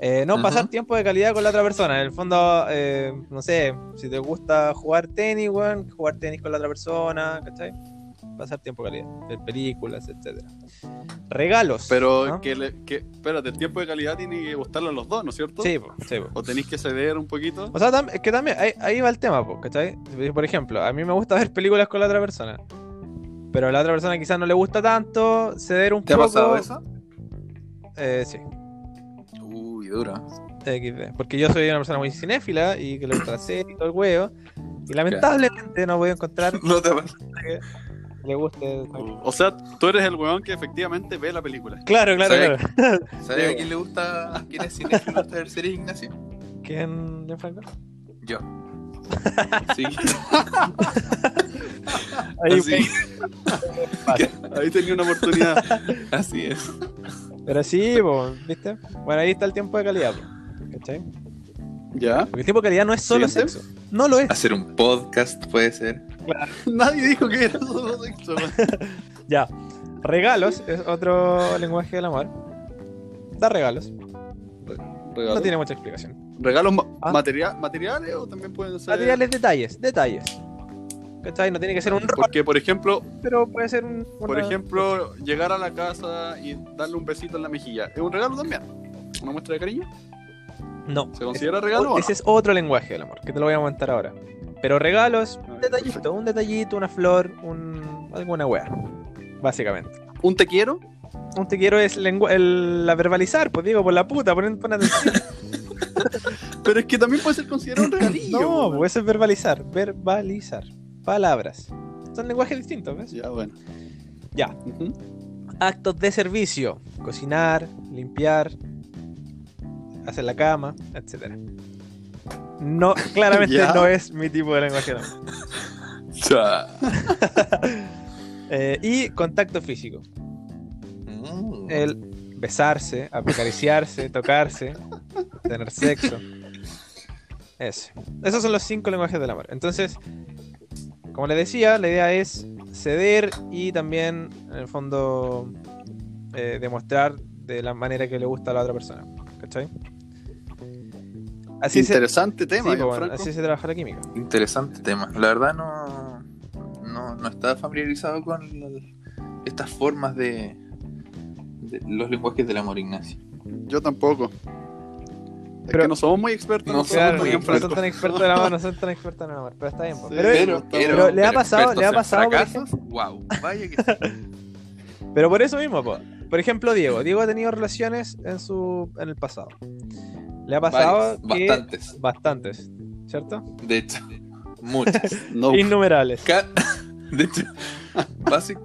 C: Eh, no
B: Ajá.
C: pasar tiempo de calidad con la otra persona. En el fondo, eh, no sé, si te gusta jugar tenis, weón, jugar tenis con la otra persona, ¿cachai? Pasar tiempo de calidad, ver películas, etcétera. Regalos.
A: Pero
C: ¿no?
A: que, le, que. Espérate, el tiempo de calidad tiene que gustarle a los dos, ¿no es cierto?
C: Sí, po, sí, po.
A: O tenéis que ceder un poquito.
C: O sea, tam- es que también ahí, ahí va el tema, po, ¿cachai? Por ejemplo, a mí me gusta ver películas con la otra persona. Pero a la otra persona quizás no le gusta tanto ceder un
B: ¿Te ha
C: poco.
B: pasado eso?
C: Eh, sí,
B: Uy, duro.
C: XD. Porque yo soy una persona muy cinéfila y que le gusta la serie y todo el huevo. Y lamentablemente no voy a encontrar que
B: No te ha pasado.
C: le guste.
B: Uh.
A: O sea, tú eres el weón que efectivamente ve la película.
C: Claro, claro,
B: ¿Sabes?
C: claro.
B: ¿Sabes a quién le gusta, a quién es cinéfilo le gusta ver series, Ignacio?
C: ¿Quién, Gianfranco?
B: Yo. Sí.
C: Ahí,
B: Así,
A: Ahí tenía una oportunidad.
B: así es.
C: Pero sí, po, ¿viste? Bueno, ahí está el tiempo de calidad, po, ¿cachai?
A: ¿Ya?
C: Porque el tiempo de calidad no es solo
A: ¿Siguiente?
C: sexo. No lo es.
B: Hacer un podcast puede ser.
A: Nadie dijo que era solo sexo. weón.
C: Ya. Regalos es otro lenguaje del amor. Da regalos. No
A: Regalos.
C: tiene mucha explicación.
A: ¿Regalos ma-
C: Ah.
A: materia- materiales o también pueden ser...?
C: Materiales, detalles, detalles. ¿Cachai? No tiene que ser un rol,
A: Porque, por ejemplo,
C: pero puede ser un.
A: por
C: una-
A: ejemplo, llegar a la casa y darle un besito en la mejilla. ¿Es un regalo también? ¿Una muestra de cariño?
C: No.
A: ¿Se considera regalo o no?
C: Oh, Ese es otro lenguaje del amor, que te lo voy a comentar ahora. Pero regalos,
A: Ah,
C: un detallito,
A: perfecto.
C: un detallito, una flor, un... alguna wea. Básicamente.
A: ¿Un te quiero?
C: Un te quiero es lengua- el... la verbalizar, pues digo, por la puta, pon, pon atención.
A: Pero es que también puede ser considerado un regalillo.
C: no,
A: weón.
C: pues eso es verbalizar. Verbalizar. Palabras. Son lenguajes distintos, ¿ves?
A: Ya, bueno.
C: Ya.
A: Ujú.
C: actos de servicio. Cocinar, limpiar, hacer la cama, etcétera. No, claramente
A: Ya.
C: no es mi tipo de lenguaje del amor.
B: Cha.
C: Eh, y contacto físico.
B: Mm.
C: El besarse, acariciarse, tocarse, tener sexo. Eso. Esos son los cinco lenguajes del amor. Entonces, como les decía, la idea es ceder y también, en el fondo, eh, demostrar de la manera que le gusta a la otra persona. ¿Cachai? Así se,
A: Interesante tema,
C: Sí, pues, bueno,
A: Gianfranco.
C: así se trabaja la química.
B: Interesante tema. La verdad no, no, no estaba familiarizado con la- estas formas de, de los lenguajes del amor, Ignacio.
A: Yo tampoco. Es
C: Pero-
A: que no somos muy expertos.
B: No
A: nosotros,
C: Claro,
B: muy
A: Gianfranco.
C: no
B: bien,
C: son tan expertos en el amor, no son tan expertos en el amor, pero está bien. po.
A: Sí.
C: Pero, pero le ha pasado-
B: expertos
C: le ha
B: en
C: pasado, por
B: fracasos, wow, vaya que sí.
C: pero por eso mismo, po. por ejemplo, Diego. Diego ha tenido relaciones en su en el pasado. Le ha pasado
B: Varios,
C: que-
B: bastantes,
C: bastantes, ¿cierto?
B: de hecho, muchas.
A: No,
C: Innumerables.
B: Ca- De hecho, básico,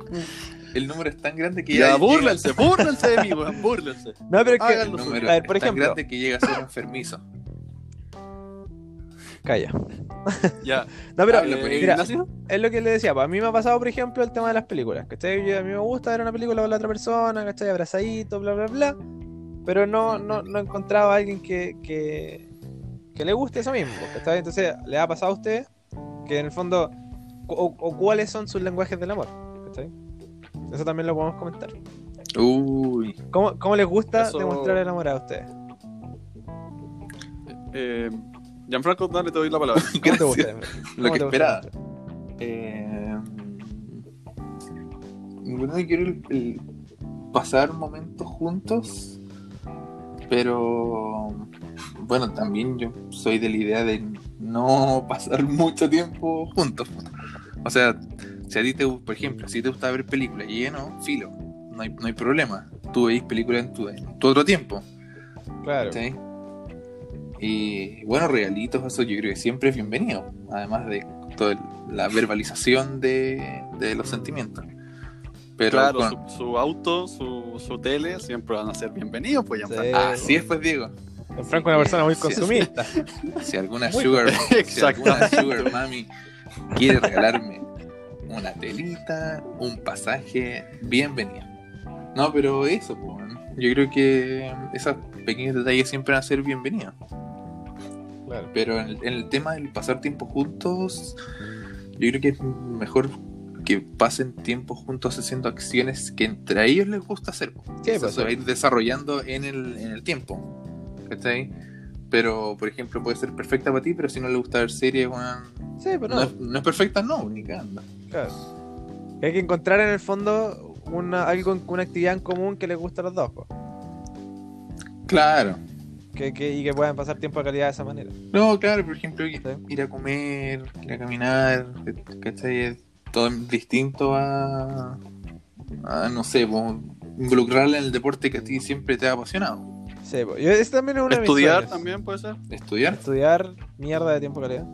B: el número es tan grande que
A: ya,
B: ya
A: búrlense, búrlense de mí, weón, búrlense.
C: No, pero es que.
A: Ah, Háganlo.
B: El número
C: A ver, por
B: es tan
C: ejemplo.
B: grande que llega a ser enfermizo.
C: Calla.
A: Ya. eh,
C: No, pero.
B: Habla, pues,
C: mira,
A: Ignacio.
C: es lo que le decía, po. a mí me ha pasado, por ejemplo, el tema de las películas. ¿cachai? Yo- a mí me gusta ver una película con la otra persona, que estoy abrazadito, bla, bla, bla. Pero no, no, no encontraba a alguien que, que, que le guste eso mismo. ¿cachai? Entonces, ¿le ha pasado a usted que en el fondo, cu- o, o cuáles son sus lenguajes del amor? ¿cachai? Eso también lo podemos comentar.
B: Uy,
C: ¿Cómo, cómo les gusta
A: Eso-
C: demostrar el amor a ustedes?
A: Eh, Gianfranco, dale, te doy la palabra.
C: ¿Cómo te
B: gracias.
C: gusta?
B: Lo
C: ¿Cómo
B: que
C: te gusta
B: esperaba.
C: demostrar?
B: Eh, bueno, quiero el- el pasar momentos juntos, pero bueno, también yo soy de la idea de no pasar mucho tiempo juntos. O sea, si a ti te, gu- por ejemplo, si te gusta ver películas y yo no, filo, no hay, no hay problema. Tú veis películas en tu, en tu otro tiempo.
C: Claro.
B: ¿cachai? Y bueno, regalitos, eso yo creo que siempre es bienvenido. Además de toda la verbalización de, de los sentimientos. Pero
A: claro,
B: con-
A: su, su auto, su, su tele, siempre van a ser bienvenidos, pues, Gianfranco.
C: Sí.
B: así es, pues Diego.
C: Franco es una persona muy
B: Sí,
C: consumista.
B: Si alguna,
C: Muy-
B: sugar, si alguna
A: Exactamente.
B: sugar mami quiere regalarme una telita, un pasaje, bienvenido. No, pero eso, pues, bueno, yo creo que esos pequeños detalles siempre van a ser bienvenidos.
C: Claro.
B: Pero en el, en el tema del pasar tiempo juntos, yo creo que es mejor que pasen tiempo juntos haciendo acciones que entre ellos les gusta hacer. po.
C: Sí,
B: Eso
C: pues,
B: se va a ir desarrollando en el, en el tiempo. ¿Cachai? Pero, por ejemplo, puede ser perfecta para ti, pero si no le gusta ver series, weón,
C: Sí, pero
B: no.
C: no.
B: es, no es perfecta, no, ni cagando.
C: Claro. Que Hay que encontrar en el fondo una, algo, en- una actividad en común que les guste a los dos, po.
B: Claro.
C: que, que- y que puedan pasar tiempo de calidad de esa manera.
B: No, claro, por ejemplo, ir
C: Sí.
B: ir a comer, ir a caminar, ¿cachai? Es Todo distinto a, a, no sé, po, involucrarla en el deporte que a ti siempre te ha apasionado.
C: Sí, po. Yo, ese también es uno de mis
A: Estudiar
C: sueños.
A: también puede ser.
B: Estudiar.
C: Estudiar mierda de tiempo de calidad.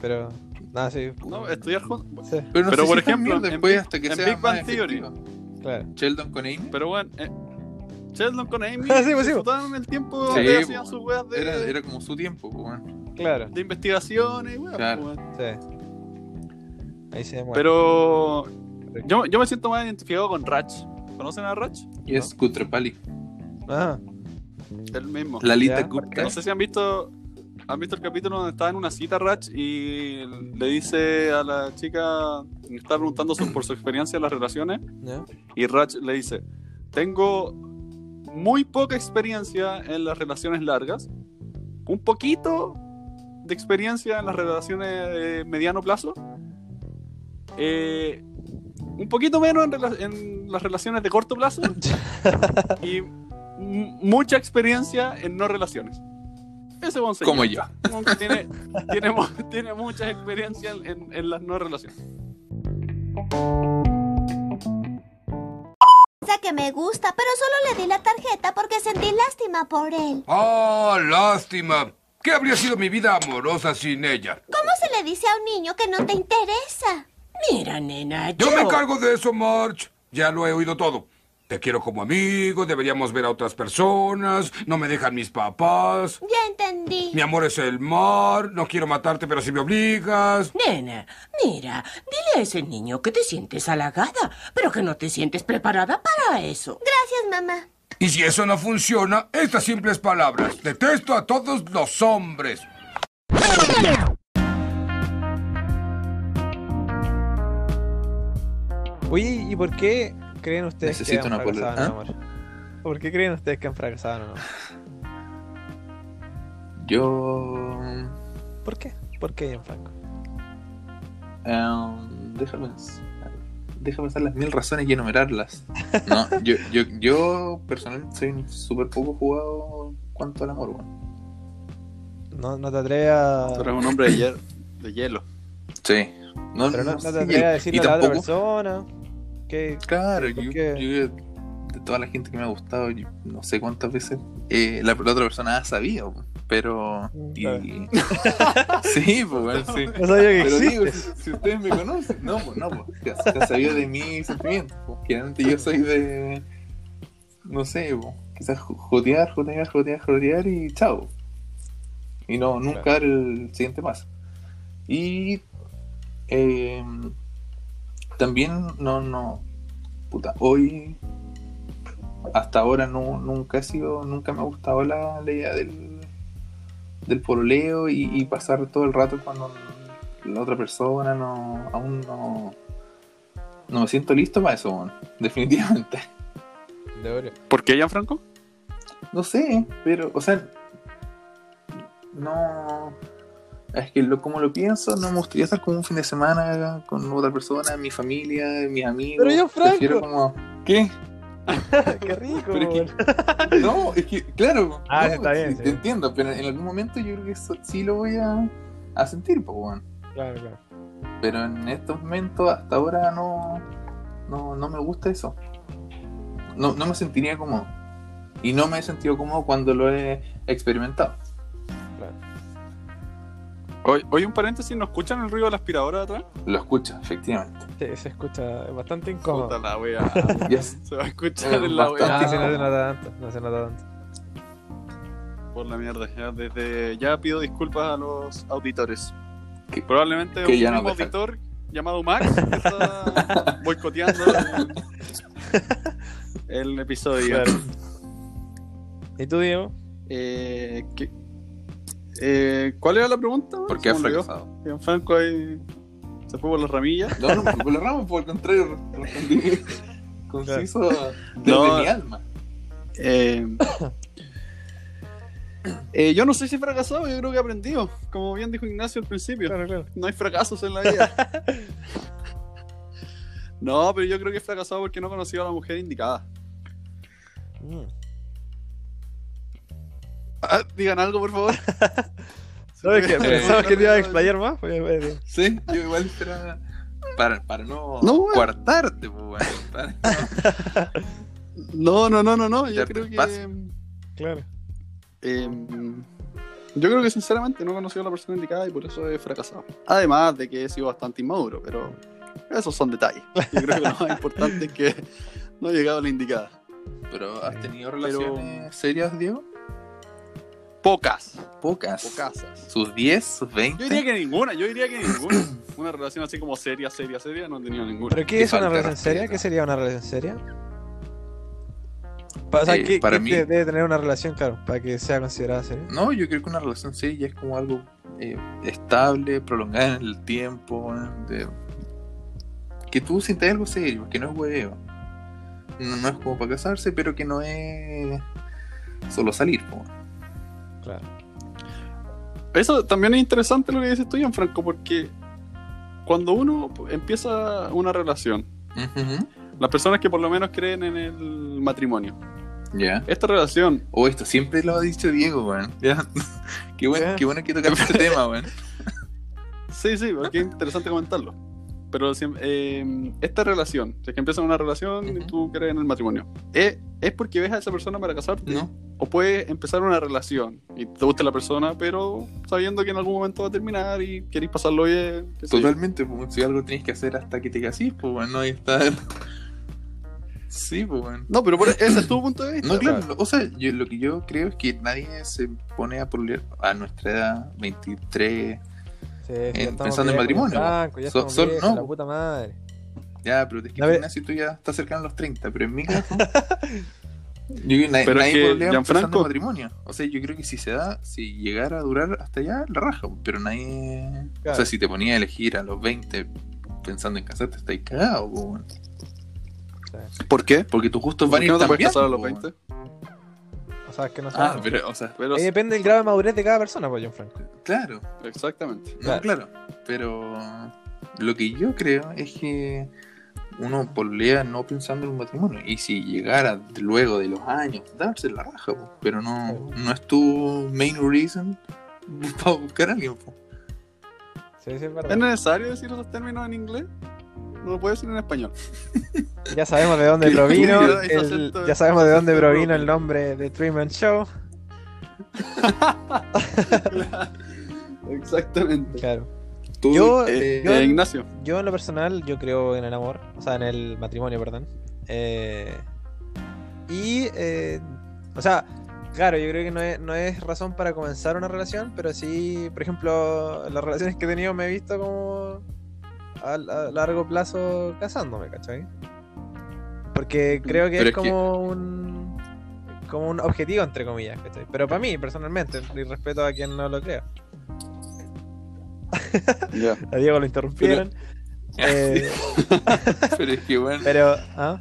C: Pero, nada, sí.
A: No, estudiar juntos.
C: Sí,
B: Pero, no
A: Pero,
B: sé
A: por
B: si tan
A: ejemplo,
B: mierda,
A: en
B: después
A: Big-
B: hasta que
A: en
B: sea
A: Big
B: más
A: Bang Theory.
B: efectivo.
C: claro.
B: Sheldon con Amy.
A: Pero bueno, eh, Sheldon con Amy
C: Ah, sí, pues, sí,
A: disfrutaban el tiempo
B: Sí,
A: donde hacían
B: pues,
A: sus weas de,
B: Era, era como su tiempo, po, weón.
C: Claro,
A: de investigaciones, weas,
B: Claro.
A: pues, weón.
C: sí. Ahí se muere.
A: Pero yo, yo me siento más identificado con Ratch. ¿Conocen a Ratch?
B: Y es Kutrapali.
C: Ah,
A: El mismo.
B: Lalita
C: Ya,
B: Gupta.
A: No sé si han visto han visto el capítulo donde está en una cita Ratch y le dice a la chica, está preguntando su- por su experiencia en las relaciones
C: ¿no?
A: y Ratch le dice, tengo muy poca experiencia en las relaciones largas, un poquito de experiencia en las relaciones de mediano plazo, eh, un poquito menos en, rela- en las relaciones de corto plazo y m- mucha experiencia en no relaciones. Ese buen señor.
B: Como yo.
A: Como que tiene, tiene, mu- tiene mucha experiencia en, en las no relaciones.
F: Esa que me gusta, pero solo le di la tarjeta porque sentí lástima por él.
G: Oh, lástima. ¿Qué habría sido mi vida amorosa sin ella?
F: ¿Cómo se le dice a un niño que no te interesa?
H: Mira, nena,
G: Yo me encargo de eso, March. Ya lo he oído todo. Te quiero como amigo, deberíamos ver a otras personas, no me dejan mis papás.
F: Ya entendí.
G: Mi amor es el mar, no quiero matarte, pero si me obligas.
H: Nena, mira, dile a ese niño que te sientes halagada, pero que no te sientes preparada para eso.
F: Gracias, mamá.
G: Y si eso no funciona, estas simples palabras. Detesto a todos los hombres.
C: Oye, ¿y por qué creen ustedes
B: Necesito
C: que han
B: una polera,
C: fracasado en el amor? ¿Por qué creen ustedes que han fracasado en el amor?
B: Yo.
C: ¿Por qué? ¿Por qué, Gianfranco?
B: em, déjame. Déjame pensar las mil razones y enumerarlas. No, yo, yo, yo personalmente soy súper poco jugado en cuanto al amor, weón.
C: No, no te atreves a...
A: Tú eres un hombre de, hier- de hielo.
B: Sí. No,
C: Pero
B: no
C: no, no te
B: sé,
C: atreves a decirle
B: y
C: a la otra
B: tampoco-
C: persona que...
B: Claro, yo,
C: Porque-
B: yo- de toda la gente que me ha gustado, yo no sé cuántas veces eh, la, la otra persona ha sabido, pero...
C: Mm,
B: y-
C: claro.
B: sí, pues bueno, sí.
C: No sabía que
B: Pero digo,
C: existes.
B: si, si ustedes me conocen, no, pues no, pues que has- que has sabido de mi sentimiento. pues, que antes yo soy de... No sé, pues, quizás jo- jotear, jotear, jotear, jotear y chao. Y no, nunca dar el siguiente paso. Y... eh, también no, no, puta, hoy hasta ahora no, nunca he sido, nunca me ha gustado la, la idea del, del pololeo y, y pasar todo el rato cuando la otra persona no, aún no, no me siento listo para eso, weón, definitivamente.
A: ¿Por qué, Gianfranco?
B: No sé, pero, o sea, no. Es que lo, como lo pienso, no me gustaría estar como un fin de semana con otra persona, mi familia, mis amigos.
C: Pero yo, Franco.
B: Prefiero como. ¿Qué?
C: ¡Qué rico!
B: Pero es
C: weón.
B: que- no, es que, claro.
C: Ah,
B: no,
C: está bien,
B: sí,
C: sí.
B: Te entiendo, pero en algún momento yo creo que eso sí lo voy a, a sentir, pues, weón.
C: Claro, claro.
B: Pero en estos momentos, hasta ahora, no, no, no me gusta eso. No, no me sentiría cómodo. Y no me he sentido cómodo cuando lo he experimentado.
A: Hoy, hoy un paréntesis, ¿no escuchan el ruido de la aspiradora de atrás?
B: Lo escucho, efectivamente.
C: Se, se escucha bastante
A: Puta
C: incómodo.
A: la wea.
B: Yes.
A: Se va a escuchar en la
C: Ah,
A: wea.
B: Bastante.
C: sí, no se nota tanto, no se nota tanto.
A: Por la mierda, ya desde ya pido disculpas a los auditores.
B: Que-
A: Probablemente
B: que
A: un
B: ya no
A: mismo
B: dejan.
A: auditor llamado Max está boicoteando el- el episodio.
C: ¿Y tú, Diego?
A: Eh, ¿qué- eh, ¿Cuál era la pregunta?
B: ¿Por
A: Se
B: qué ha
A: me olvidó.
B: fracasado?
A: Gianfranco ahí se fue por las ramillas.
B: No, no, por la rama, por el contrario, respondí conciso desde
A: No.
B: mi alma.
A: Eh, eh, yo no sé si he fracasado, yo creo que he aprendido. Como bien dijo Ignacio al principio.
C: Claro, claro.
A: no hay fracasos en la vida. No, pero yo creo que he fracasado porque no he conocido a la mujer indicada.
C: Mm.
A: Ah, digan algo, por favor.
C: ¿Sabes qué?
A: Sí.
C: Pensaba que te iba a explayar más. pues, pues,
B: Sí, yo igual esperaba. Para, para no,
A: No, bueno.
B: cuartarte, pues, bueno, para-
A: No, no, no, no, no. Yo
B: Darte
A: creo que.
B: espacio.
C: Claro.
A: em, yo creo que sinceramente no he conocido a la persona indicada y por eso he fracasado. Además de que he sido bastante inmaduro, pero esos son detalles. Yo creo que lo más importante es que no he llegado a la indicada.
B: Pero has tenido
A: Pero-
B: relaciones serias, Diego?
A: Pocas.
B: Pocas.
A: Pocas.
B: Sus 10, sus
A: Yo diría
B: 20.
A: que ninguna, yo diría que ninguna. Una relación así como seria, seria, seria, no he tenido ninguna.
C: ¿Pero qué
B: Qué
C: es una
B: falta de
C: relación seria?
B: respeto.
C: ¿Qué sería una relación seria? Pa- o sea,
B: Eh,
C: ¿qué-
B: para
C: qué
B: mí-
C: te- debe tener una relación, claro, para que sea considerada seria?
B: No, yo creo que una relación seria es como algo eh, estable, prolongada en el tiempo. eh, de- Que tú sientas algo serio, que no es hueveo. No, no es como para casarse, pero que no es solo salir, pues.
C: Claro.
A: Eso también es interesante lo que dices tú, Franco, porque cuando uno empieza una relación,
B: Ujú.
A: las personas que por lo menos creen en el matrimonio,
B: Ya.
A: esta relación,
B: Oh, esto siempre lo ha dicho Diego, weón. Ya. Qué bueno,
C: Ya.
B: qué bueno que tocaste este tema, weón.
A: sí, sí, porque es interesante comentarlo, pero si- eh, esta relación, si es que empiezas una relación y
B: Ujú.
A: tú crees en el matrimonio, ¿es, es porque ves a esa persona para casarte?
B: ¿No?
A: O puedes empezar una relación y te gusta la persona, pero sabiendo que en algún momento va a terminar y queréis pasarlo bien. qué sé yo.
B: Totalmente, pues, si algo tienes que hacer hasta que te casís, pues, weón, no ahí está. Sí, pues, weón.
A: No, pero por- ese es tu punto de vista.
B: No, claro, o sea, yo, lo que yo creo es que nadie se pone a pololear a nuestra edad, 23,
C: Sí, ya estamos
B: pensando en
C: viejos,
B: matrimonio,
C: blanco, ya
B: so-
C: estamos
B: sol-
C: viejos,
B: no.
C: la puta madre.
B: ya, pero es que
C: A ver.
B: Ignacio tú ya estás cercano a los 30, pero en mi caso... yo creo que nadie,
A: Pero es
B: nadie
A: que,
B: pololea pensando
A: Gianfranco-
B: en matrimonio. O sea, yo creo que si se da, si llegara a durar hasta allá, la raja, pero nadie... O
C: Claro.
B: sea, si te ponía a elegir a los 20 pensando en casarte, estáis cagado, po, weón.
A: ¿Por qué?
B: Porque tus gustos
A: ¿Por
B: van a
A: qué
B: ir
A: no te puedes
B: cambiando,
A: casar a los
B: po,
A: 20?
B: weón.
C: O sea, es que no
B: Ah,
C: sabemos.
B: pero, o sea,
A: Pero
C: Ahí depende del grado de madurez de cada persona, pues, John Franco.
B: claro.
A: exactamente.
B: No, claro. Pero lo que yo creo es que uno polea no pensando en un matrimonio. Y si llegara luego de los años, darse la raja, po. pero no, no es tu main reason para buscar a alguien. po.
C: Sí, sí, es
A: ¿Es
C: verdad.
A: necesario decir esos términos en inglés? No lo puedes decir en español.
C: Ya sabemos de dónde provino.
A: Ese
C: el-
A: acento-
C: ya sabemos de dónde
A: acento
C: provino
A: propio.
C: el nombre de Three Man Show.
A: Exactamente.
C: Claro.
B: Tú,
C: Yo-
A: Eh,
C: yo-
A: eh, Ignacio,
C: Yo en lo personal, yo creo en el amor, o sea, en el matrimonio, perdón. Eh, y, eh, o sea, claro, yo creo que no es, no es razón para comenzar una relación, pero sí, por ejemplo, las relaciones que he tenido me he visto como a, a largo plazo casándome, ¿cachai? Porque creo que
B: Mm, Pero
C: es
B: es que-
C: como un como un objetivo, entre comillas, ¿cachai? Pero para mí, personalmente, y respeto a quien no lo crea.
A: ya.
C: A Diego lo interrumpieron. Eh,
B: pero es que bueno,
C: pero, ¿ah?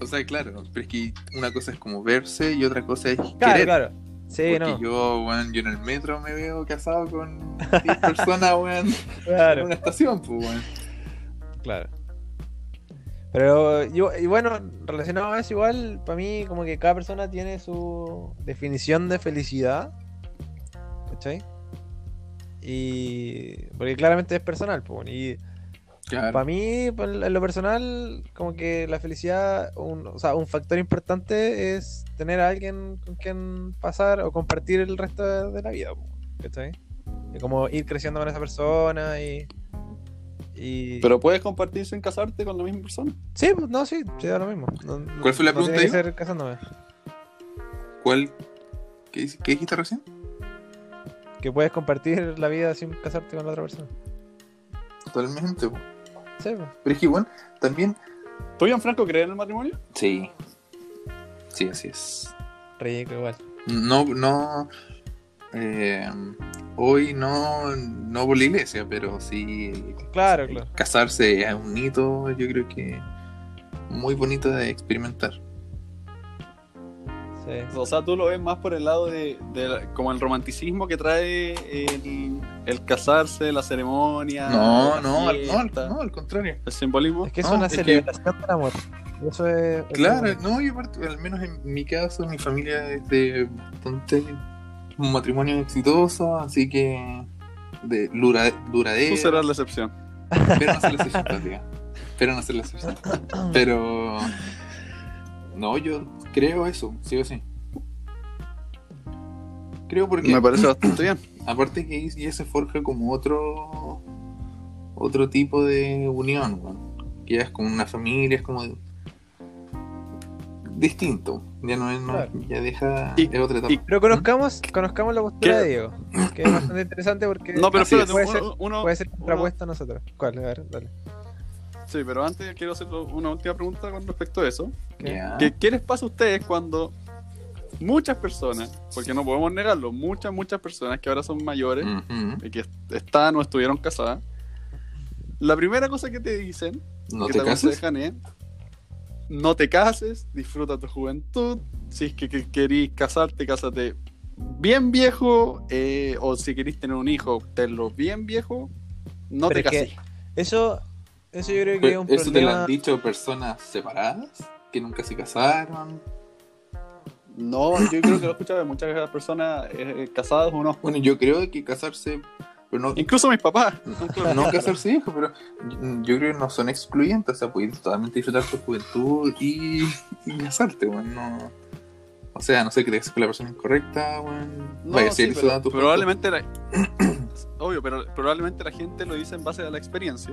B: o sea, claro, pero es que una cosa es como verse y otra cosa es
C: Claro,
B: querer.
C: claro. Sí,
B: Porque
C: no.
B: yo, weón, yo en el metro me veo casado con 10 personas, weón, en
C: Claro,
B: una estación, pues, weón.
C: claro. Pero, yo- y bueno, relacionado a eso, igual, para mí, como que cada persona tiene su definición de felicidad. ¿Cachai? Y. Porque claramente es personal, pues. bueno, Y
B: Claro.
C: para mí, pa- en lo personal, como que la felicidad, un, o sea, un factor importante es tener a alguien con quien pasar o compartir el resto de, de la vida. po, ¿Cachai? Y como ir creciendo con esa persona y. y-
A: Pero puedes compartir sin casarte con la misma persona.
C: Sí, pues, no, sí, sí, da lo mismo. No- no-
B: ¿Cuál fue la
C: no
B: pregunta,
C: tiene que
B: Ivo?
C: ser casándome.
B: ¿Cuál? ¿Qué, dice- qué dijiste recién?
C: Que puedes compartir la vida sin casarte con la otra persona.
B: Totalmente, po.
C: Sí, pues.
B: Pero es que, bueno, también.
A: ¿Tú, Franco, crees en el matrimonio?
B: Sí. Sí, así es.
C: Rico, igual.
B: No, no. eh, hoy no, no por la iglesia, pero sí.
C: Claro, claro.
B: Casarse es un hito, yo creo que muy bonito de experimentar.
C: Sí.
A: O sea, tú lo ves más por el lado de, de la- como el romanticismo que trae el, el casarse, la ceremonia.
B: No,
A: la
B: no, al, no, al-
A: Ah, fiesta,
B: no, al contrario.
A: El simbolismo.
C: Es que es
B: No, Ah,
C: una
B: es que-
C: celebración del amor. Y Eso es. es
B: Claro,
C: bonito.
B: no, yo part- al menos en mi caso, mi familia es de bastante un matrimonio exitoso, así que de dura, duradero.
A: Tú serás la excepción.
B: Espero no ser la excepción, tía. Espero pues, no ser la excepción. Pero. No, yo creo eso, sí o sí. Creo porque.
A: Me parece bastante bien.
B: Aparte que ahí ya se forja como otro. Otro tipo de unión, weón. Que ya es como una familia, es como. Distinto. Ya no es. no-
C: Claro.
B: Ya deja.
A: Y-
B: es otra etapa.
A: y-
C: Pero conozcamos, conozcamos la postura
A: ¿Mm? ¿Qué?
C: de Diego, que es bastante interesante porque
A: No, pero
B: Así
A: espérate,
C: puede,
A: uno,
C: ser,
A: uno-
C: puede ser
A: uno-
C: contrapuesto a nosotros. ¿Cuál? A ver, dale.
A: Sí, pero antes quiero hacer una última pregunta con respecto a eso. Eh,
C: ¿Qué?
B: Ya.
A: ¿Qué, qué les pasa a ustedes cuando muchas personas, porque no podemos negarlo, muchas, muchas personas que ahora son mayores
B: Ujú.
A: y que están o estuvieron casadas, la primera cosa que te dicen,
B: No
A: que
B: te
A: te
B: cases.
A: aconsejan es, no te cases, disfruta tu juventud, si es que, que querís casarte, cásate bien viejo, eh, o si querís tener un hijo, tenlo bien viejo, no
C: Pero
A: te
C: es que-
A: cases.
C: Eso, eso yo creo que es
B: Pero
C: un
B: ¿Eso te lo han
C: problema.
B: dicho personas separadas? Que nunca se casaron.
A: No, yo creo que lo he escuchado de muchas personas eh, casadas o no.
B: Bueno, yo creo que casarse. Pero no,
A: Incluso mis papás.
B: no casarse viejo, pero yo creo que no son excluyentes. O sea, puedes totalmente disfrutar tu juventud y, y casarte, weón. No, o sea, a no sé que te cases con la persona incorrecta, weón.
A: No,
B: Vaya, a
A: sí,
B: seguir
A: pero
B: disfrutando tu juventud.
A: probablemente la... Obvio, pero probablemente la gente lo dice en base a la experiencia.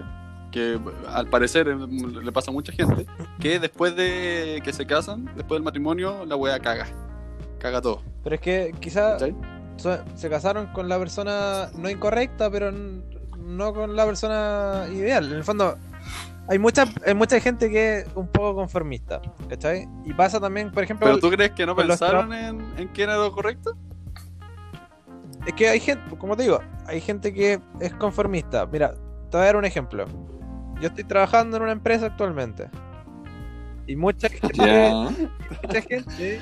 A: que al parecer eh, le pasa a mucha gente, que después de eh, que se casan, después del matrimonio, la wea caga. Caga todo.
C: Pero es que quizás
A: ¿cachai?
C: se casaron con la persona no incorrecta, pero n- no con la persona ideal. En el fondo, hay mucha, hay mucha gente que es un poco conformista, ¿cachai? Y pasa también, por ejemplo,
A: ¿Pero tú crees que no
C: con los
A: pensaron en, en quién era lo correcto?
C: es que hay gente, como te digo, hay gente que es conformista. Mira, te voy a dar un ejemplo. Yo estoy trabajando en una empresa actualmente. Y mucha gente
B: Ya.
C: mucha gente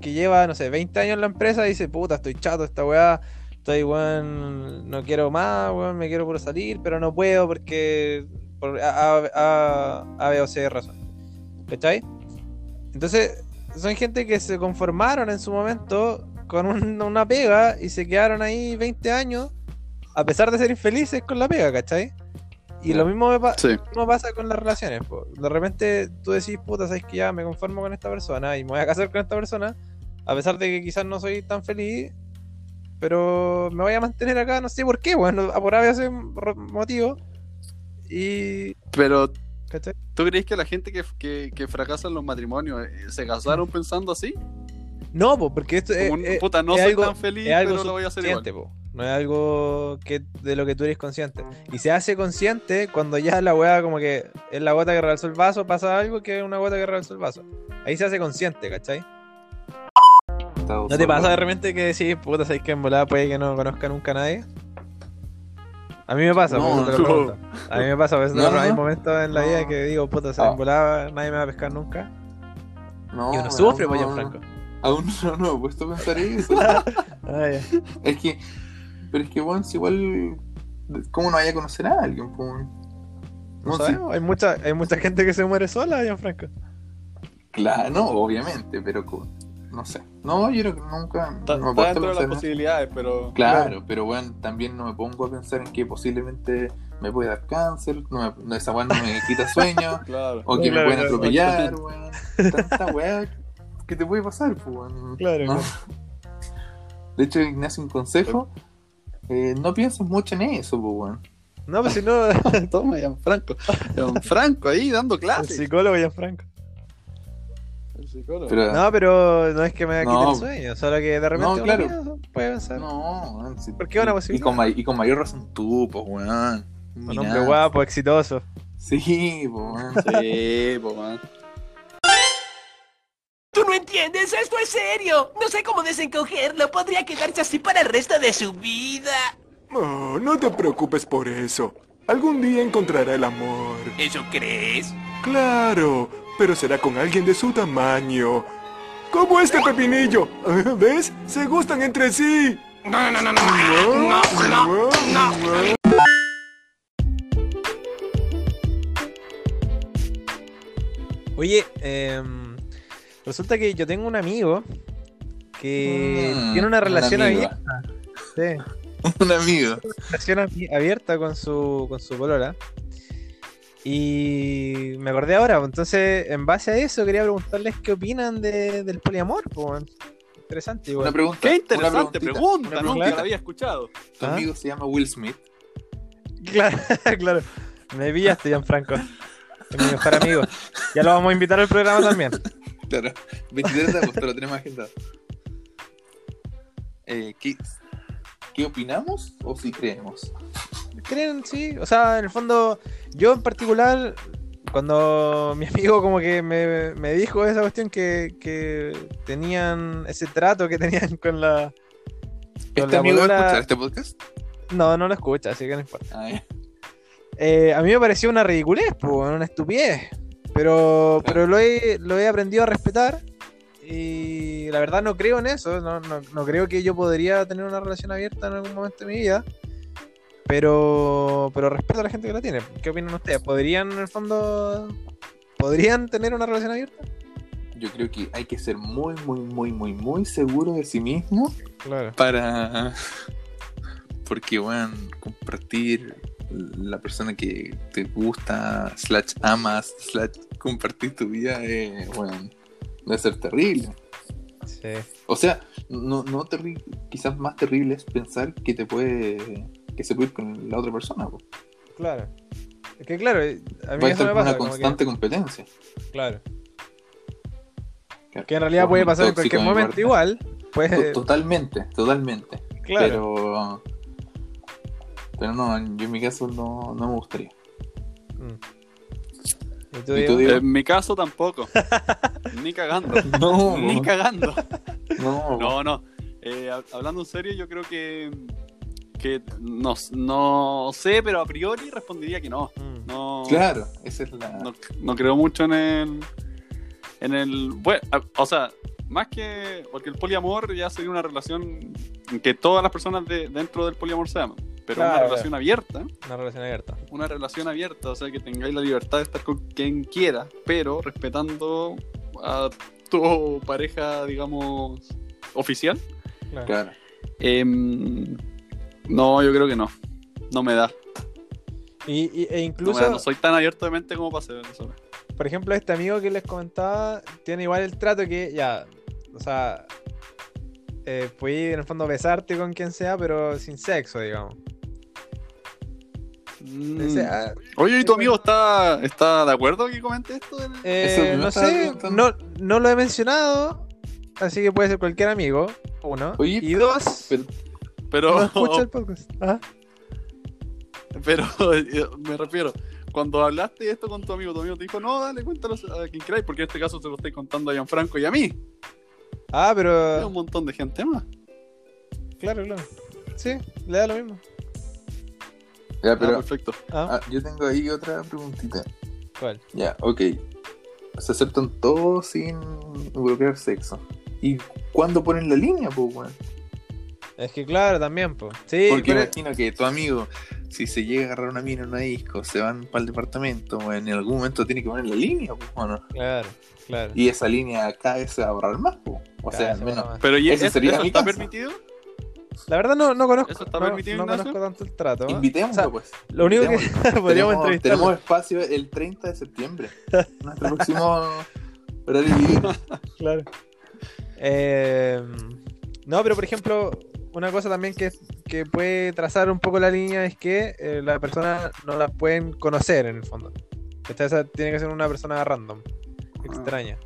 C: que lleva, no sé, 20 años en la empresa y dice, puta, estoy chato de esta weá, estoy weón, no quiero más, weón, me quiero por salir, pero no puedo porque por A, A- A- A, B o C razón. ¿Cachai? Entonces, son gente que se conformaron en su momento con un- una pega y se quedaron ahí 20 años, a pesar de ser infelices con la pega, ¿cachai? Y lo mismo me, pa-
A: Sí.
C: mismo pasa con las relaciones. po. De repente tú decís, puta, sabes que ya me conformo con esta persona y me voy a casar con esta persona, a pesar de que quizás no soy tan feliz, pero me voy a mantener acá, no sé por qué, bueno, a por A, B, C ro- motivo. Y.
A: Pero
C: ¿cachai?
A: ¿tú crees que la gente que, que, que fracasa en los matrimonios eh, se casaron pensando así?
C: No, po, porque esto es,
A: Como un-
C: es-
A: puta, no
C: Eh, es
A: soy
C: algo-
A: tan feliz,
C: es algo
A: pero lo voy a hacer igual.
C: subconsciente, po. No es algo que, de lo que tú eres consciente. Y se hace consciente cuando ya la weá, como que es la gota que realzó el vaso, pasa algo que es una gota que realzó el vaso. Ahí se hace consciente, ¿cachai? ¿No te pasa de repente que decís, puta, sabes que en volada puede que no conozca nunca a nadie? A mí me pasa,
B: No,
C: por eso te lo
A: no.
C: pregunto. A mí me pasa, por eso te lo
B: No, no,
C: pregunto. hay
B: no.
C: momentos en la vida que digo, puta, sabes, en
B: Ah.
C: volada nadie me va a pescar nunca.
B: No,
C: y uno sufre,
B: aún
C: pues,
B: no-
C: Franco.
B: Aún no, no, he puesto a pensar eso. Ah, es que, pero es que, bueno, si igual, ¿cómo no vaya a conocer a alguien? po, weón?
C: No
B: Weón, si-
C: sabemos, hay mucha, hay mucha gente que se muere sola, Gianfranco.
B: Claro, no, obviamente, pero co- no sé. No, yo creo que nunca
A: Está,
B: no me he
A: está
B: puesto
A: dentro de
B: a
A: las
B: pensar en eso.
A: posibilidades, pero...
B: Claro, pero bueno, también no me pongo a pensar en que posiblemente me puede dar cáncer, no me, no, esa weá no me quita sueño,
A: Claro.
B: o que me
C: Claro,
B: pueden
C: claro.
B: atropellar, weón. Tanta weá que te puede pasar, pues, weón.
C: Claro,
B: ¿no?
C: claro.
B: De hecho, Ignacio, un consejo, eh, no pienses mucho en eso, pues, weón.
C: No, pues si no, el
A: Toma, Gianfranco. Gianfranco ahí dando clases.
C: psicólogo Gianfranco.
A: El psicólogo.
B: Pero,
C: No, pero no es que me quite
B: No.
C: el sueño, solo que de repente
B: No,
C: uno
B: claro.
C: piensa, puede pensar.
B: no, weón, si-
C: Porque es una
B: y-
C: posibilidad.
B: Y con, may- y con mayor razón tú, pues, weón. Ni
C: Un hombre
B: nada.
C: guapo, exitoso.
B: Sí, pues, weón.
A: Sí, po, man.
I: ¿Tú no entiendes? ¡Esto es serio! No sé cómo desencogerlo. Podría quedarse así para el resto de su vida.
J: Oh, No, no te preocupes por eso. Algún día encontrará el amor.
I: ¿Eso crees?
J: Claro, pero será con alguien de su tamaño. Como este pepinillo. ¿Ves? Se gustan entre sí.
I: No, no, no, no. No, no, no.
C: Oye, em, resulta que yo tengo un amigo que
B: Mm,
C: tiene una relación
B: amigo.
C: abierta. sí,
B: Un amigo.
C: relación abi- abierta con su, con su polola. Y me acordé ahora, pues, entonces en base a eso quería preguntarles qué opinan de- del poliamor. po, weón. Interesante, igual.
B: Una pregunta.
A: Qué
B: una
A: interesante
B: preguntita.
A: pregunta, nunca
C: Una preguntita.
A: la había escuchado.
B: Tu
C: Ah.
B: amigo se llama Will Smith.
C: Claro, claro. Me pillaste, Gianfranco. Es mi mejor amigo. Ya lo vamos a invitar al programa también.
B: Claro. 23 de agosto lo tenemos agendado. Eh, ¿qué, ¿Qué opinamos o si creemos?
C: creen, sí. O sea, en el fondo, yo en particular, cuando mi amigo como que me, me dijo esa cuestión que, que tenían ese trato que tenían con la... con
B: ¿Este
C: la
B: amigo va
C: polola-
B: a escuchar este podcast?
C: No, no lo escucha, así que no importa.
B: Ah, ya.
C: Eh, a mí me pareció una ridiculez, po, una estupidez. Pero, pero lo, he, lo he aprendido a respetar. Y la verdad no creo en eso. No, no- no creo que yo podría tener una relación abierta en algún momento de mi vida. Pero, pero respeto a la gente que la tiene. ¿Qué opinan ustedes? ¿Podrían, en el fondo, podrían tener una relación abierta?
B: Yo creo que hay que ser muy, muy, muy, muy, muy seguro de sí mismo
C: Claro.
B: para. Porque, weón, compartir la persona que te gusta, slash amas, slash compartir tu vida, eh, weón, debe ser terrible.
C: Sí.
B: O sea, no, no terri- quizás más terrible es pensar que te puede que se puede ir con la otra persona. po.
C: Claro. Es que claro, a mí
B: Va a
C: eso
B: estar
C: me
B: con
C: pasa.
B: una
C: como que-
B: constante competencia.
C: Claro.
B: Claro.
C: Que en realidad
B: Es
C: puede
B: muy
C: pasar en
B: tóxico,
C: cualquier
B: mi
C: momento
B: parte.
C: igual. Pues,
B: To- Totalmente, totalmente.
C: claro.
B: Pero. Pero no, yo en mi caso no, no me gustaría.
C: ¿Y tú,
B: ¿Y
C: Diego?
B: tú, Diego?
A: En mi caso tampoco. Ni cagando.
B: No,
A: Ni cagando.
B: no,
A: No, no. Eh, hab- hablando en serio, yo creo que. que no, no sé, pero a priori respondería que no.
C: Mm.
A: No,
B: Claro, esa es la.
A: no, no creo mucho en el. En el. Bueno, a- o sea, más que. Porque el poliamor ya sería una relación en que todas las personas de- dentro del poliamor se aman. Pero una
C: Claro.
A: relación abierta.
C: Una relación abierta.
A: Una relación abierta, o sea, que tengáis la libertad de estar con quien quiera, pero respetando a tu pareja, digamos, oficial.
C: Claro.
B: Claro.
A: Em, no, yo creo que no. No me da.
C: Y, y- e
A: No,
C: incluso,
A: me da. No soy tan abierto de mente como para hacer eso.
C: por ejemplo, este amigo que les comentaba tiene igual el trato que ya. O sea, eh, puedes en el fondo besarte con quien sea, pero sin sexo, digamos. ah, O sea,
A: Oye, ¿y tu amigo está, está de acuerdo que comente esto? en-
B: Eso
C: Eh,
B: me
C: no
B: estaba
C: sé, no,
B: preguntando.
C: no lo he mencionado, así que puede ser cualquier amigo, uno.
B: Oye,
C: y dos,
B: pero-
A: Pero,
C: no escucha el podcast. Ah,
A: pero eh, me refiero, cuando hablaste de esto con tu amigo, tu amigo te dijo, no, dale, cuéntalo a quien queráis, porque en este caso se lo estáis contando a Gianfranco y a mí. Y
C: Ah,
A: a un
C: pero...
A: montón de gente más.
C: Claro, claro. Sí, le da lo mismo.
B: Ya,
A: Ah,
B: pero
A: perfecto.
B: ah,
C: Ah,
B: yo tengo ahí otra preguntita.
C: ¿cuál?
B: Ya, ok. Se aceptan todos sin involucrar sexo. ¿Y cuándo ponen la línea, pues, weón?
C: Es que claro, también, pues. Sí,
B: Porque
C: pero-
B: imagino que tu amigo, si se llega a agarrar una mina en una disco, se van para el departamento, weón, en algún momento tiene que poner la línea, pues, ¿o no?
C: Claro, claro.
B: Y esa línea cada vez se va a ahorrar más, pues. O
C: Cada
B: sea,
C: vez se
B: menos.
C: baja más.
A: Pero ¿y
B: Ese
A: es-
B: sería
A: eso
B: mi
A: está
B: caso.
A: permitido?
C: La verdad no, no conozco,
A: ¿Eso está
C: no,
A: permitido,
C: no
A: Ignacio?
C: conozco tanto el trato. ¿eh?
B: Invitémoslo,
C: O sea,
B: pues.
C: Lo único que
B: Invitémoslo.
C: podríamos
B: tenemos,
C: entrevistar.
B: tenemos espacio el 30 de septiembre. Nuestro próximo horario libre.
C: Claro. Eh, no, pero por ejemplo, una cosa también que, que puede trazar un poco la línea es que eh, la persona no la pueden conocer en el fondo. Esta esa tiene que ser una persona random,
B: Ah.
C: extraña.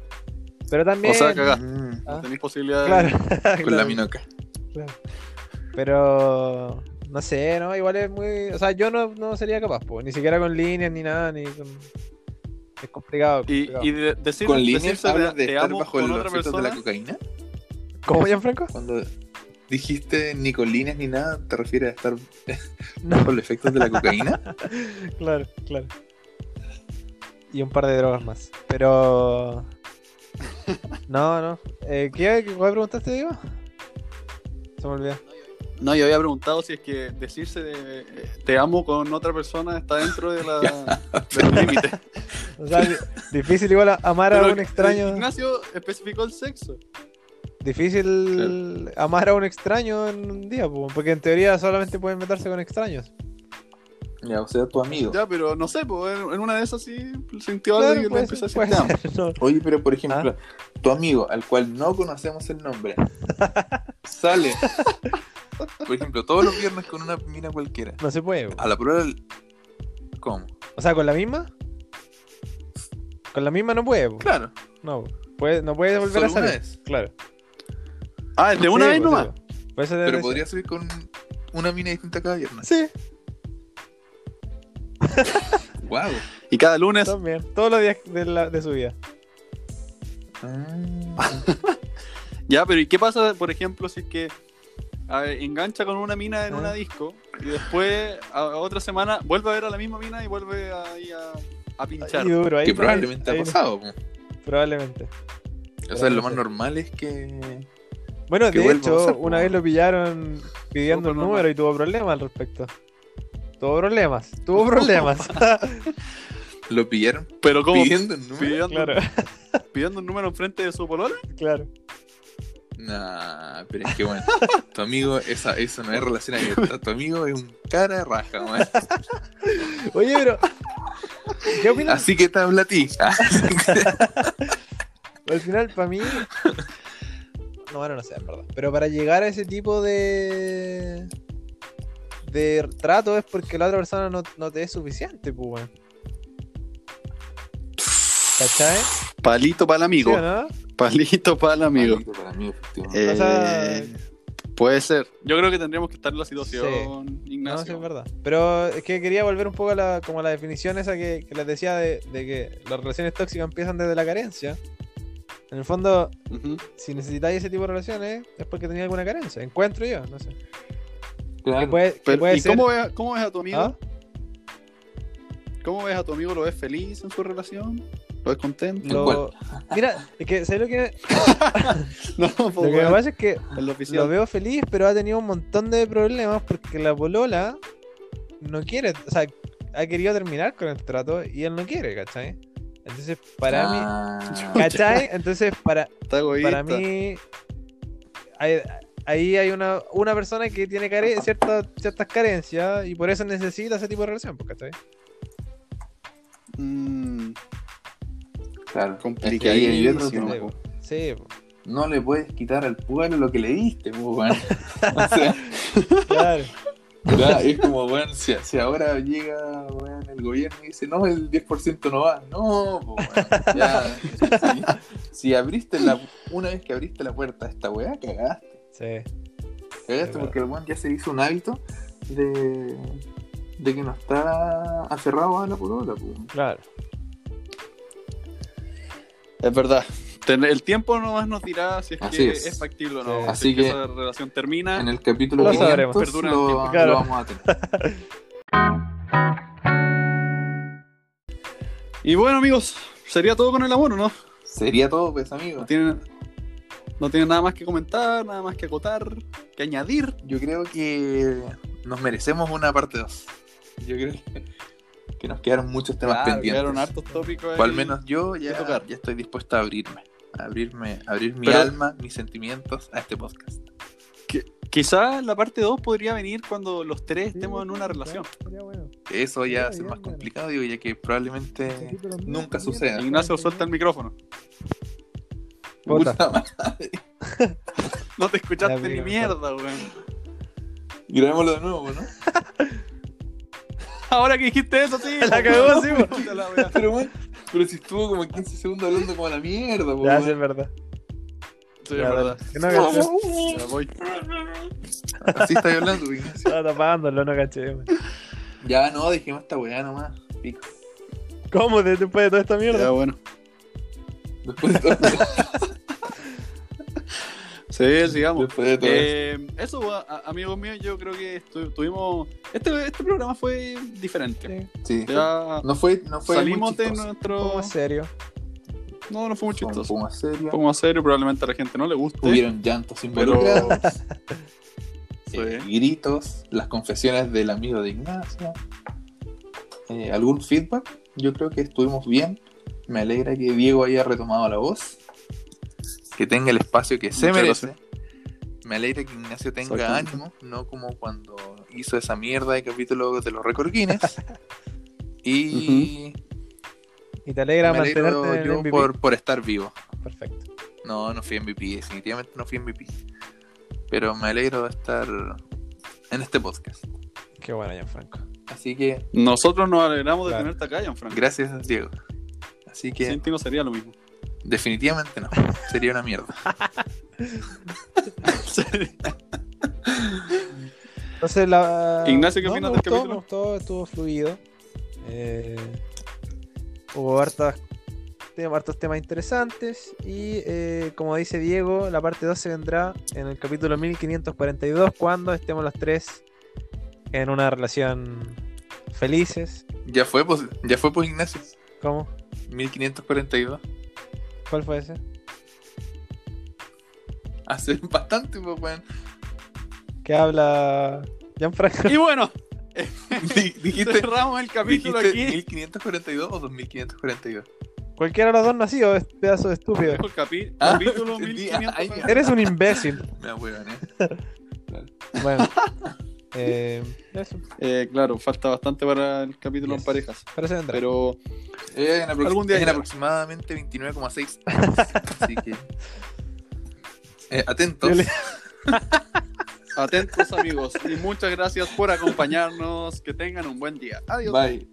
C: Pero también.
A: O sea, cagaste.
B: Mm,
A: No tenéis posibilidad de-
C: Ah.
B: Con la
C: claro. claro.
B: minoca.
C: Pero no sé, ¿no? Igual es muy. O sea, yo no, no sería capaz, pues. Ni siquiera con líneas ni nada, ni con. Es complicado. es
A: Y,
C: complicado.
A: y de- decir,
B: con líneas
A: decirse
B: hablas de
A: te
B: estar
A: amo
B: bajo
A: con
B: los
A: otra
B: efectos
A: persona.
B: de la cocaína.
C: ¿Cómo, Gianfranco?
B: Cuando dijiste ni con líneas ni nada, ¿te refieres a estar
C: No.
B: bajo los efectos de la cocaína?
C: Claro, claro. Y un par de drogas más. Pero. No, no. Eh, ¿Qué qué- cuál preguntaste, Diego? Se me olvidó.
A: No, yo había preguntado si es que decirse de, eh, te amo con otra persona está dentro de la, del límite.
C: O sea, di- difícil igual a- amar a
A: Pero
C: un extraño.
A: Ignacio especificó el sexo.
C: Difícil amar a un extraño en un día, po, porque en teoría solamente pueden meterse con extraños.
B: Ya, o sea, tu amigo.
A: Ya, pero no sé, pues en en una de esas sí sintió algo
C: Claro,
A: y le
C: puede
A: empezó a
C: ser,
A: decir
C: puede
A: te amo.
C: ser, no.
B: Oye, pero por ejemplo,
C: Ah.
B: tu amigo, al cual no conocemos el nombre, sale, por ejemplo, todos los viernes con una mina cualquiera.
C: No se puede. po.
B: A la prueba del... ¿Cómo?
C: O sea, con la misma. Con la misma no puede. po.
B: Claro.
C: No, puede, no puede volver
B: Solo
C: a salir.
B: una vez.
C: Claro.
A: Ah, de una vez
C: Sí, pues, po, sí,
A: nomás.
C: po. Por eso te
B: Pero
C: decía.
B: podría salir con una mina distinta cada viernes.
C: Sí, Ah.
B: Wow.
A: Y cada lunes.
C: también. Todos los días de, la- de su vida.
A: Ya, pero ¿y qué pasa, por ejemplo, si es que a ver, engancha con una mina en una disco y después a, a otra semana vuelve a ver a la misma mina y vuelve ahí a, a pinchar?
C: Y duro, ahí-
B: que probablemente
C: ahí-
B: ha
C: ahí-
B: pasado. po.
C: Probablemente.
B: O sea, lo más
C: Probablemente.
B: normal es que...
C: Bueno,
B: Que
C: de
B: vuelva a
C: hecho,
B: pasar, pues,
C: una
B: po.
C: vez lo pillaron
A: Súper
C: pidiendo un
A: normal.
C: número y tuvo problemas al respecto. Tuvo problemas, tuvo problemas.
B: Lo pillaron
A: Pero ¿cómo?
B: pidiendo un número.
A: Pidiendo,
C: claro,
A: pidiendo un número enfrente de su polola.
C: claro.
B: Nah, pero es que bueno, tu amigo, esa, eso no es relación abierta. Tu amigo es un cara de raja, man.
C: Oye, pero. ¿Qué opinas?
B: Así que te habla a ti.
C: Al final, para mí. No, bueno, no sé, en verdad. Pero para llegar a ese tipo de. de trato es porque la otra persona no, no te es suficiente, pues, weón. ¿Cachai?
A: Palito para el amigo.
C: ¿Sí o no?
A: Palito para el amigo.
B: Maldito para mí, efectivamente.
A: Eh,
C: O sea,
A: puede ser. Yo creo que tendríamos que estar en la situación,
C: No, sí,
A: Ignacio.
C: es verdad. Pero es que quería volver un poco a la, como a la definición esa que, que les decía de, de que las relaciones tóxicas empiezan desde la carencia. En el fondo,
A: Ujú.
C: si necesitáis ese tipo de relaciones, es porque tenéis alguna carencia. Encuentro yo, no sé.
B: Claro.
C: Que puede, que
A: Pero,
C: puede
A: ¿Y
C: ser-
A: cómo, ves, cómo ves a tu amigo?
C: ¿Ah?
A: ¿Cómo ves a tu amigo? ¿Lo ves feliz en su relación? ¿Lo ves contento?
B: ¿En
C: Lo-
B: cuál?
C: Mira, es que, ¿sabes lo que,
A: No, pues,
C: lo que me
A: bueno,
C: pasa? Es que
A: en la oficina.
C: lo veo feliz, pero ha tenido un montón de problemas porque la polola no quiere, o sea, ha querido terminar con el trato y él no quiere, ¿cachai? Entonces, para mí,
B: Ah,
C: ¿cachai? Entonces, para,
A: Está egoísta.
C: para mí, hay- ahí hay una, una persona que tiene care- cierta- ciertas carencias y por eso necesita ese tipo de relación, pues, ¿cachai?
A: Mm,
B: claro. Es que ahí hay otro tema.
A: complicadísimo.
C: Sí,
B: No le puedes quitar al pueblo lo que le diste, pues, weón. O sea,
C: claro.
B: ¿verdad? es como, weón, si, si ahora llega weón, el gobierno y dice, no, el 10% no va. No, pues, weón, ya. Si, si abriste la, una vez que abriste la puerta a esta weá, cagaste.
C: Sí,
B: Cagaste
C: Sí,
B: porque el weón ya se hizo un hábito de, de que no está aferrado a la polola, pues. weón.
C: claro.
A: Es verdad. Ten- El tiempo nomás nos dirá si es
B: Así
A: que
B: es.
A: es, factible o no.
C: Sí.
A: si
B: Así
A: es que
B: que-
A: esa relación termina.
B: En el capítulo
C: Lo
B: 500
C: sabremos.
A: Perdura el
B: lo,
A: tiempo.
B: lo
C: Claro.
B: vamos a tener.
A: Y bueno, amigos, sería todo con el amor, ¿o ¿no?
B: Sería todo, pues, amigo.
A: No tienen, no tienen nada más que comentar, nada más que acotar, que añadir.
B: Yo creo que nos merecemos una parte 2. Yo creo que, que nos quedaron muchos temas
A: Ah,
B: pendientes.
A: quedaron hartos tópicos.
B: O al
A: ahí.
B: menos yo ya,
A: que tocar.
B: ya estoy dispuesto a abrirme. a Abrirme, a abrir mi
A: Pero-
B: alma, mis sentimientos a este podcast.
A: Quizá la parte 2 podría venir cuando los tres estemos en una relación.
B: Eso
C: Ya,
B: ya va a ser
C: ya,
B: más
C: ya.
B: complicado, digo, ya que probablemente nunca suceda.
A: Ignacio, suelta el micrófono.
C: Puta.
B: Puta madre.
A: No te escuchaste
C: Ya,
A: ni
C: amigo,
A: mierda, weón.
B: Grabémoslo de nuevo, ¿no?
A: Ahora que dijiste eso, sí.
C: La cagó, sí, po.
A: Puta la weá.
B: Pero, bueno, pero si estuvo como 15 segundos hablando como la mierda, po,
C: Ya,
B: weón.
C: sí, es verdad.
A: Sí, es
C: Ya,
A: verdad.
C: dale. Que no caché.
A: Ya voy.
B: Así estoy hablando, po, Ignacio.
C: Estaba tapándolo, no caché. man.
B: Ya no, dejemos esta weá nomás. Pico.
C: ¿Cómo de- después de toda esta mierda?
A: Ya, bueno.
B: Después de todo-
A: Sí, sigamos.
B: Después de todo
A: Eh, eso, a- a- amigos míos, yo creo que estu- tuvimos. Este, este programa fue diferente.
B: Sí.
A: Ya
B: No fue, no fue
A: salimos
B: muy
A: de
B: chistoso.
A: nuestro.
C: ¿Cómo es serio?
A: No, no fue muy
B: Fue un
A: chistoso.
B: poco más serio.
A: Fue más serio, probablemente a la gente no le guste.
B: Hubieron llantos
A: Pero-
B: involucrados,
A: Sí.
B: eh, gritos, las confesiones del amigo de Ignacio. Eh, ¿Algún feedback? Yo creo que estuvimos bien. Me alegra que Diego haya retomado la voz. Que tenga el espacio que se
A: Muchas
B: merece. Me alegra que Ignacio tenga
A: Exactamente.
B: ánimo, no como cuando hizo esa mierda de capítulo de los récord Guinness. y
C: Y te alegra
B: me
C: mantenerte
B: alegro
C: en
B: yo
C: MVP.
B: por, por estar vivo.
C: Perfecto.
B: No, no fui MVP, definitivamente no fui MVP. Pero me alegro de estar en este podcast.
C: Qué bueno, Gianfranco.
B: Así que
A: Nosotros nos alegramos de
C: Claro.
A: tenerte acá, Gianfranco.
B: gracias, Diego. Así que
A: Sin ti no sería lo mismo.
B: definitivamente no, sería una mierda.
C: Entonces, la...
A: Ignacio, ¿qué opinas del
C: me gustó,
A: capítulo?
C: Me gustó, estuvo fluido. Eh, hubo hartas, tem- hartos temas interesantes. Y eh, como dice Diego, la parte 2 se vendrá en el capítulo 1542, cuando estemos los tres en una relación felices.
B: Ya fue, pues, ya fue pues Ignacio.
C: ¿Cómo?
B: 1542.
C: ¿Cuál fue ese?
B: Hace bastante, pues, weón.
C: ¿Qué habla Gianfranco?
A: Y bueno,
B: Di- Dijiste,
A: cerramos el capítulo
B: dijiste
A: aquí.
B: 1542 o 2542.
C: Cualquiera de los dos nacido, es pedazo de estúpido.
A: El capi-
B: Ah,
A: capítulo
B: entendí. Ay,
A: 1500.
C: Eres un imbécil.
B: Me da weón, eh.
C: Bueno. Eh, eso,
A: Eh, claro, falta bastante para el capítulo
C: Yes.
A: en parejas.
C: pero se vendrá.
A: Pero
B: Eh, en, aprox-
A: Algún día
B: en
A: llegará.
B: aproximadamente 29,6 años. Así que. eh, atentos.
C: Yo le-
A: atentos, amigos. Y muchas gracias por acompañarnos. Que tengan un buen día. Adiós.
B: Bye.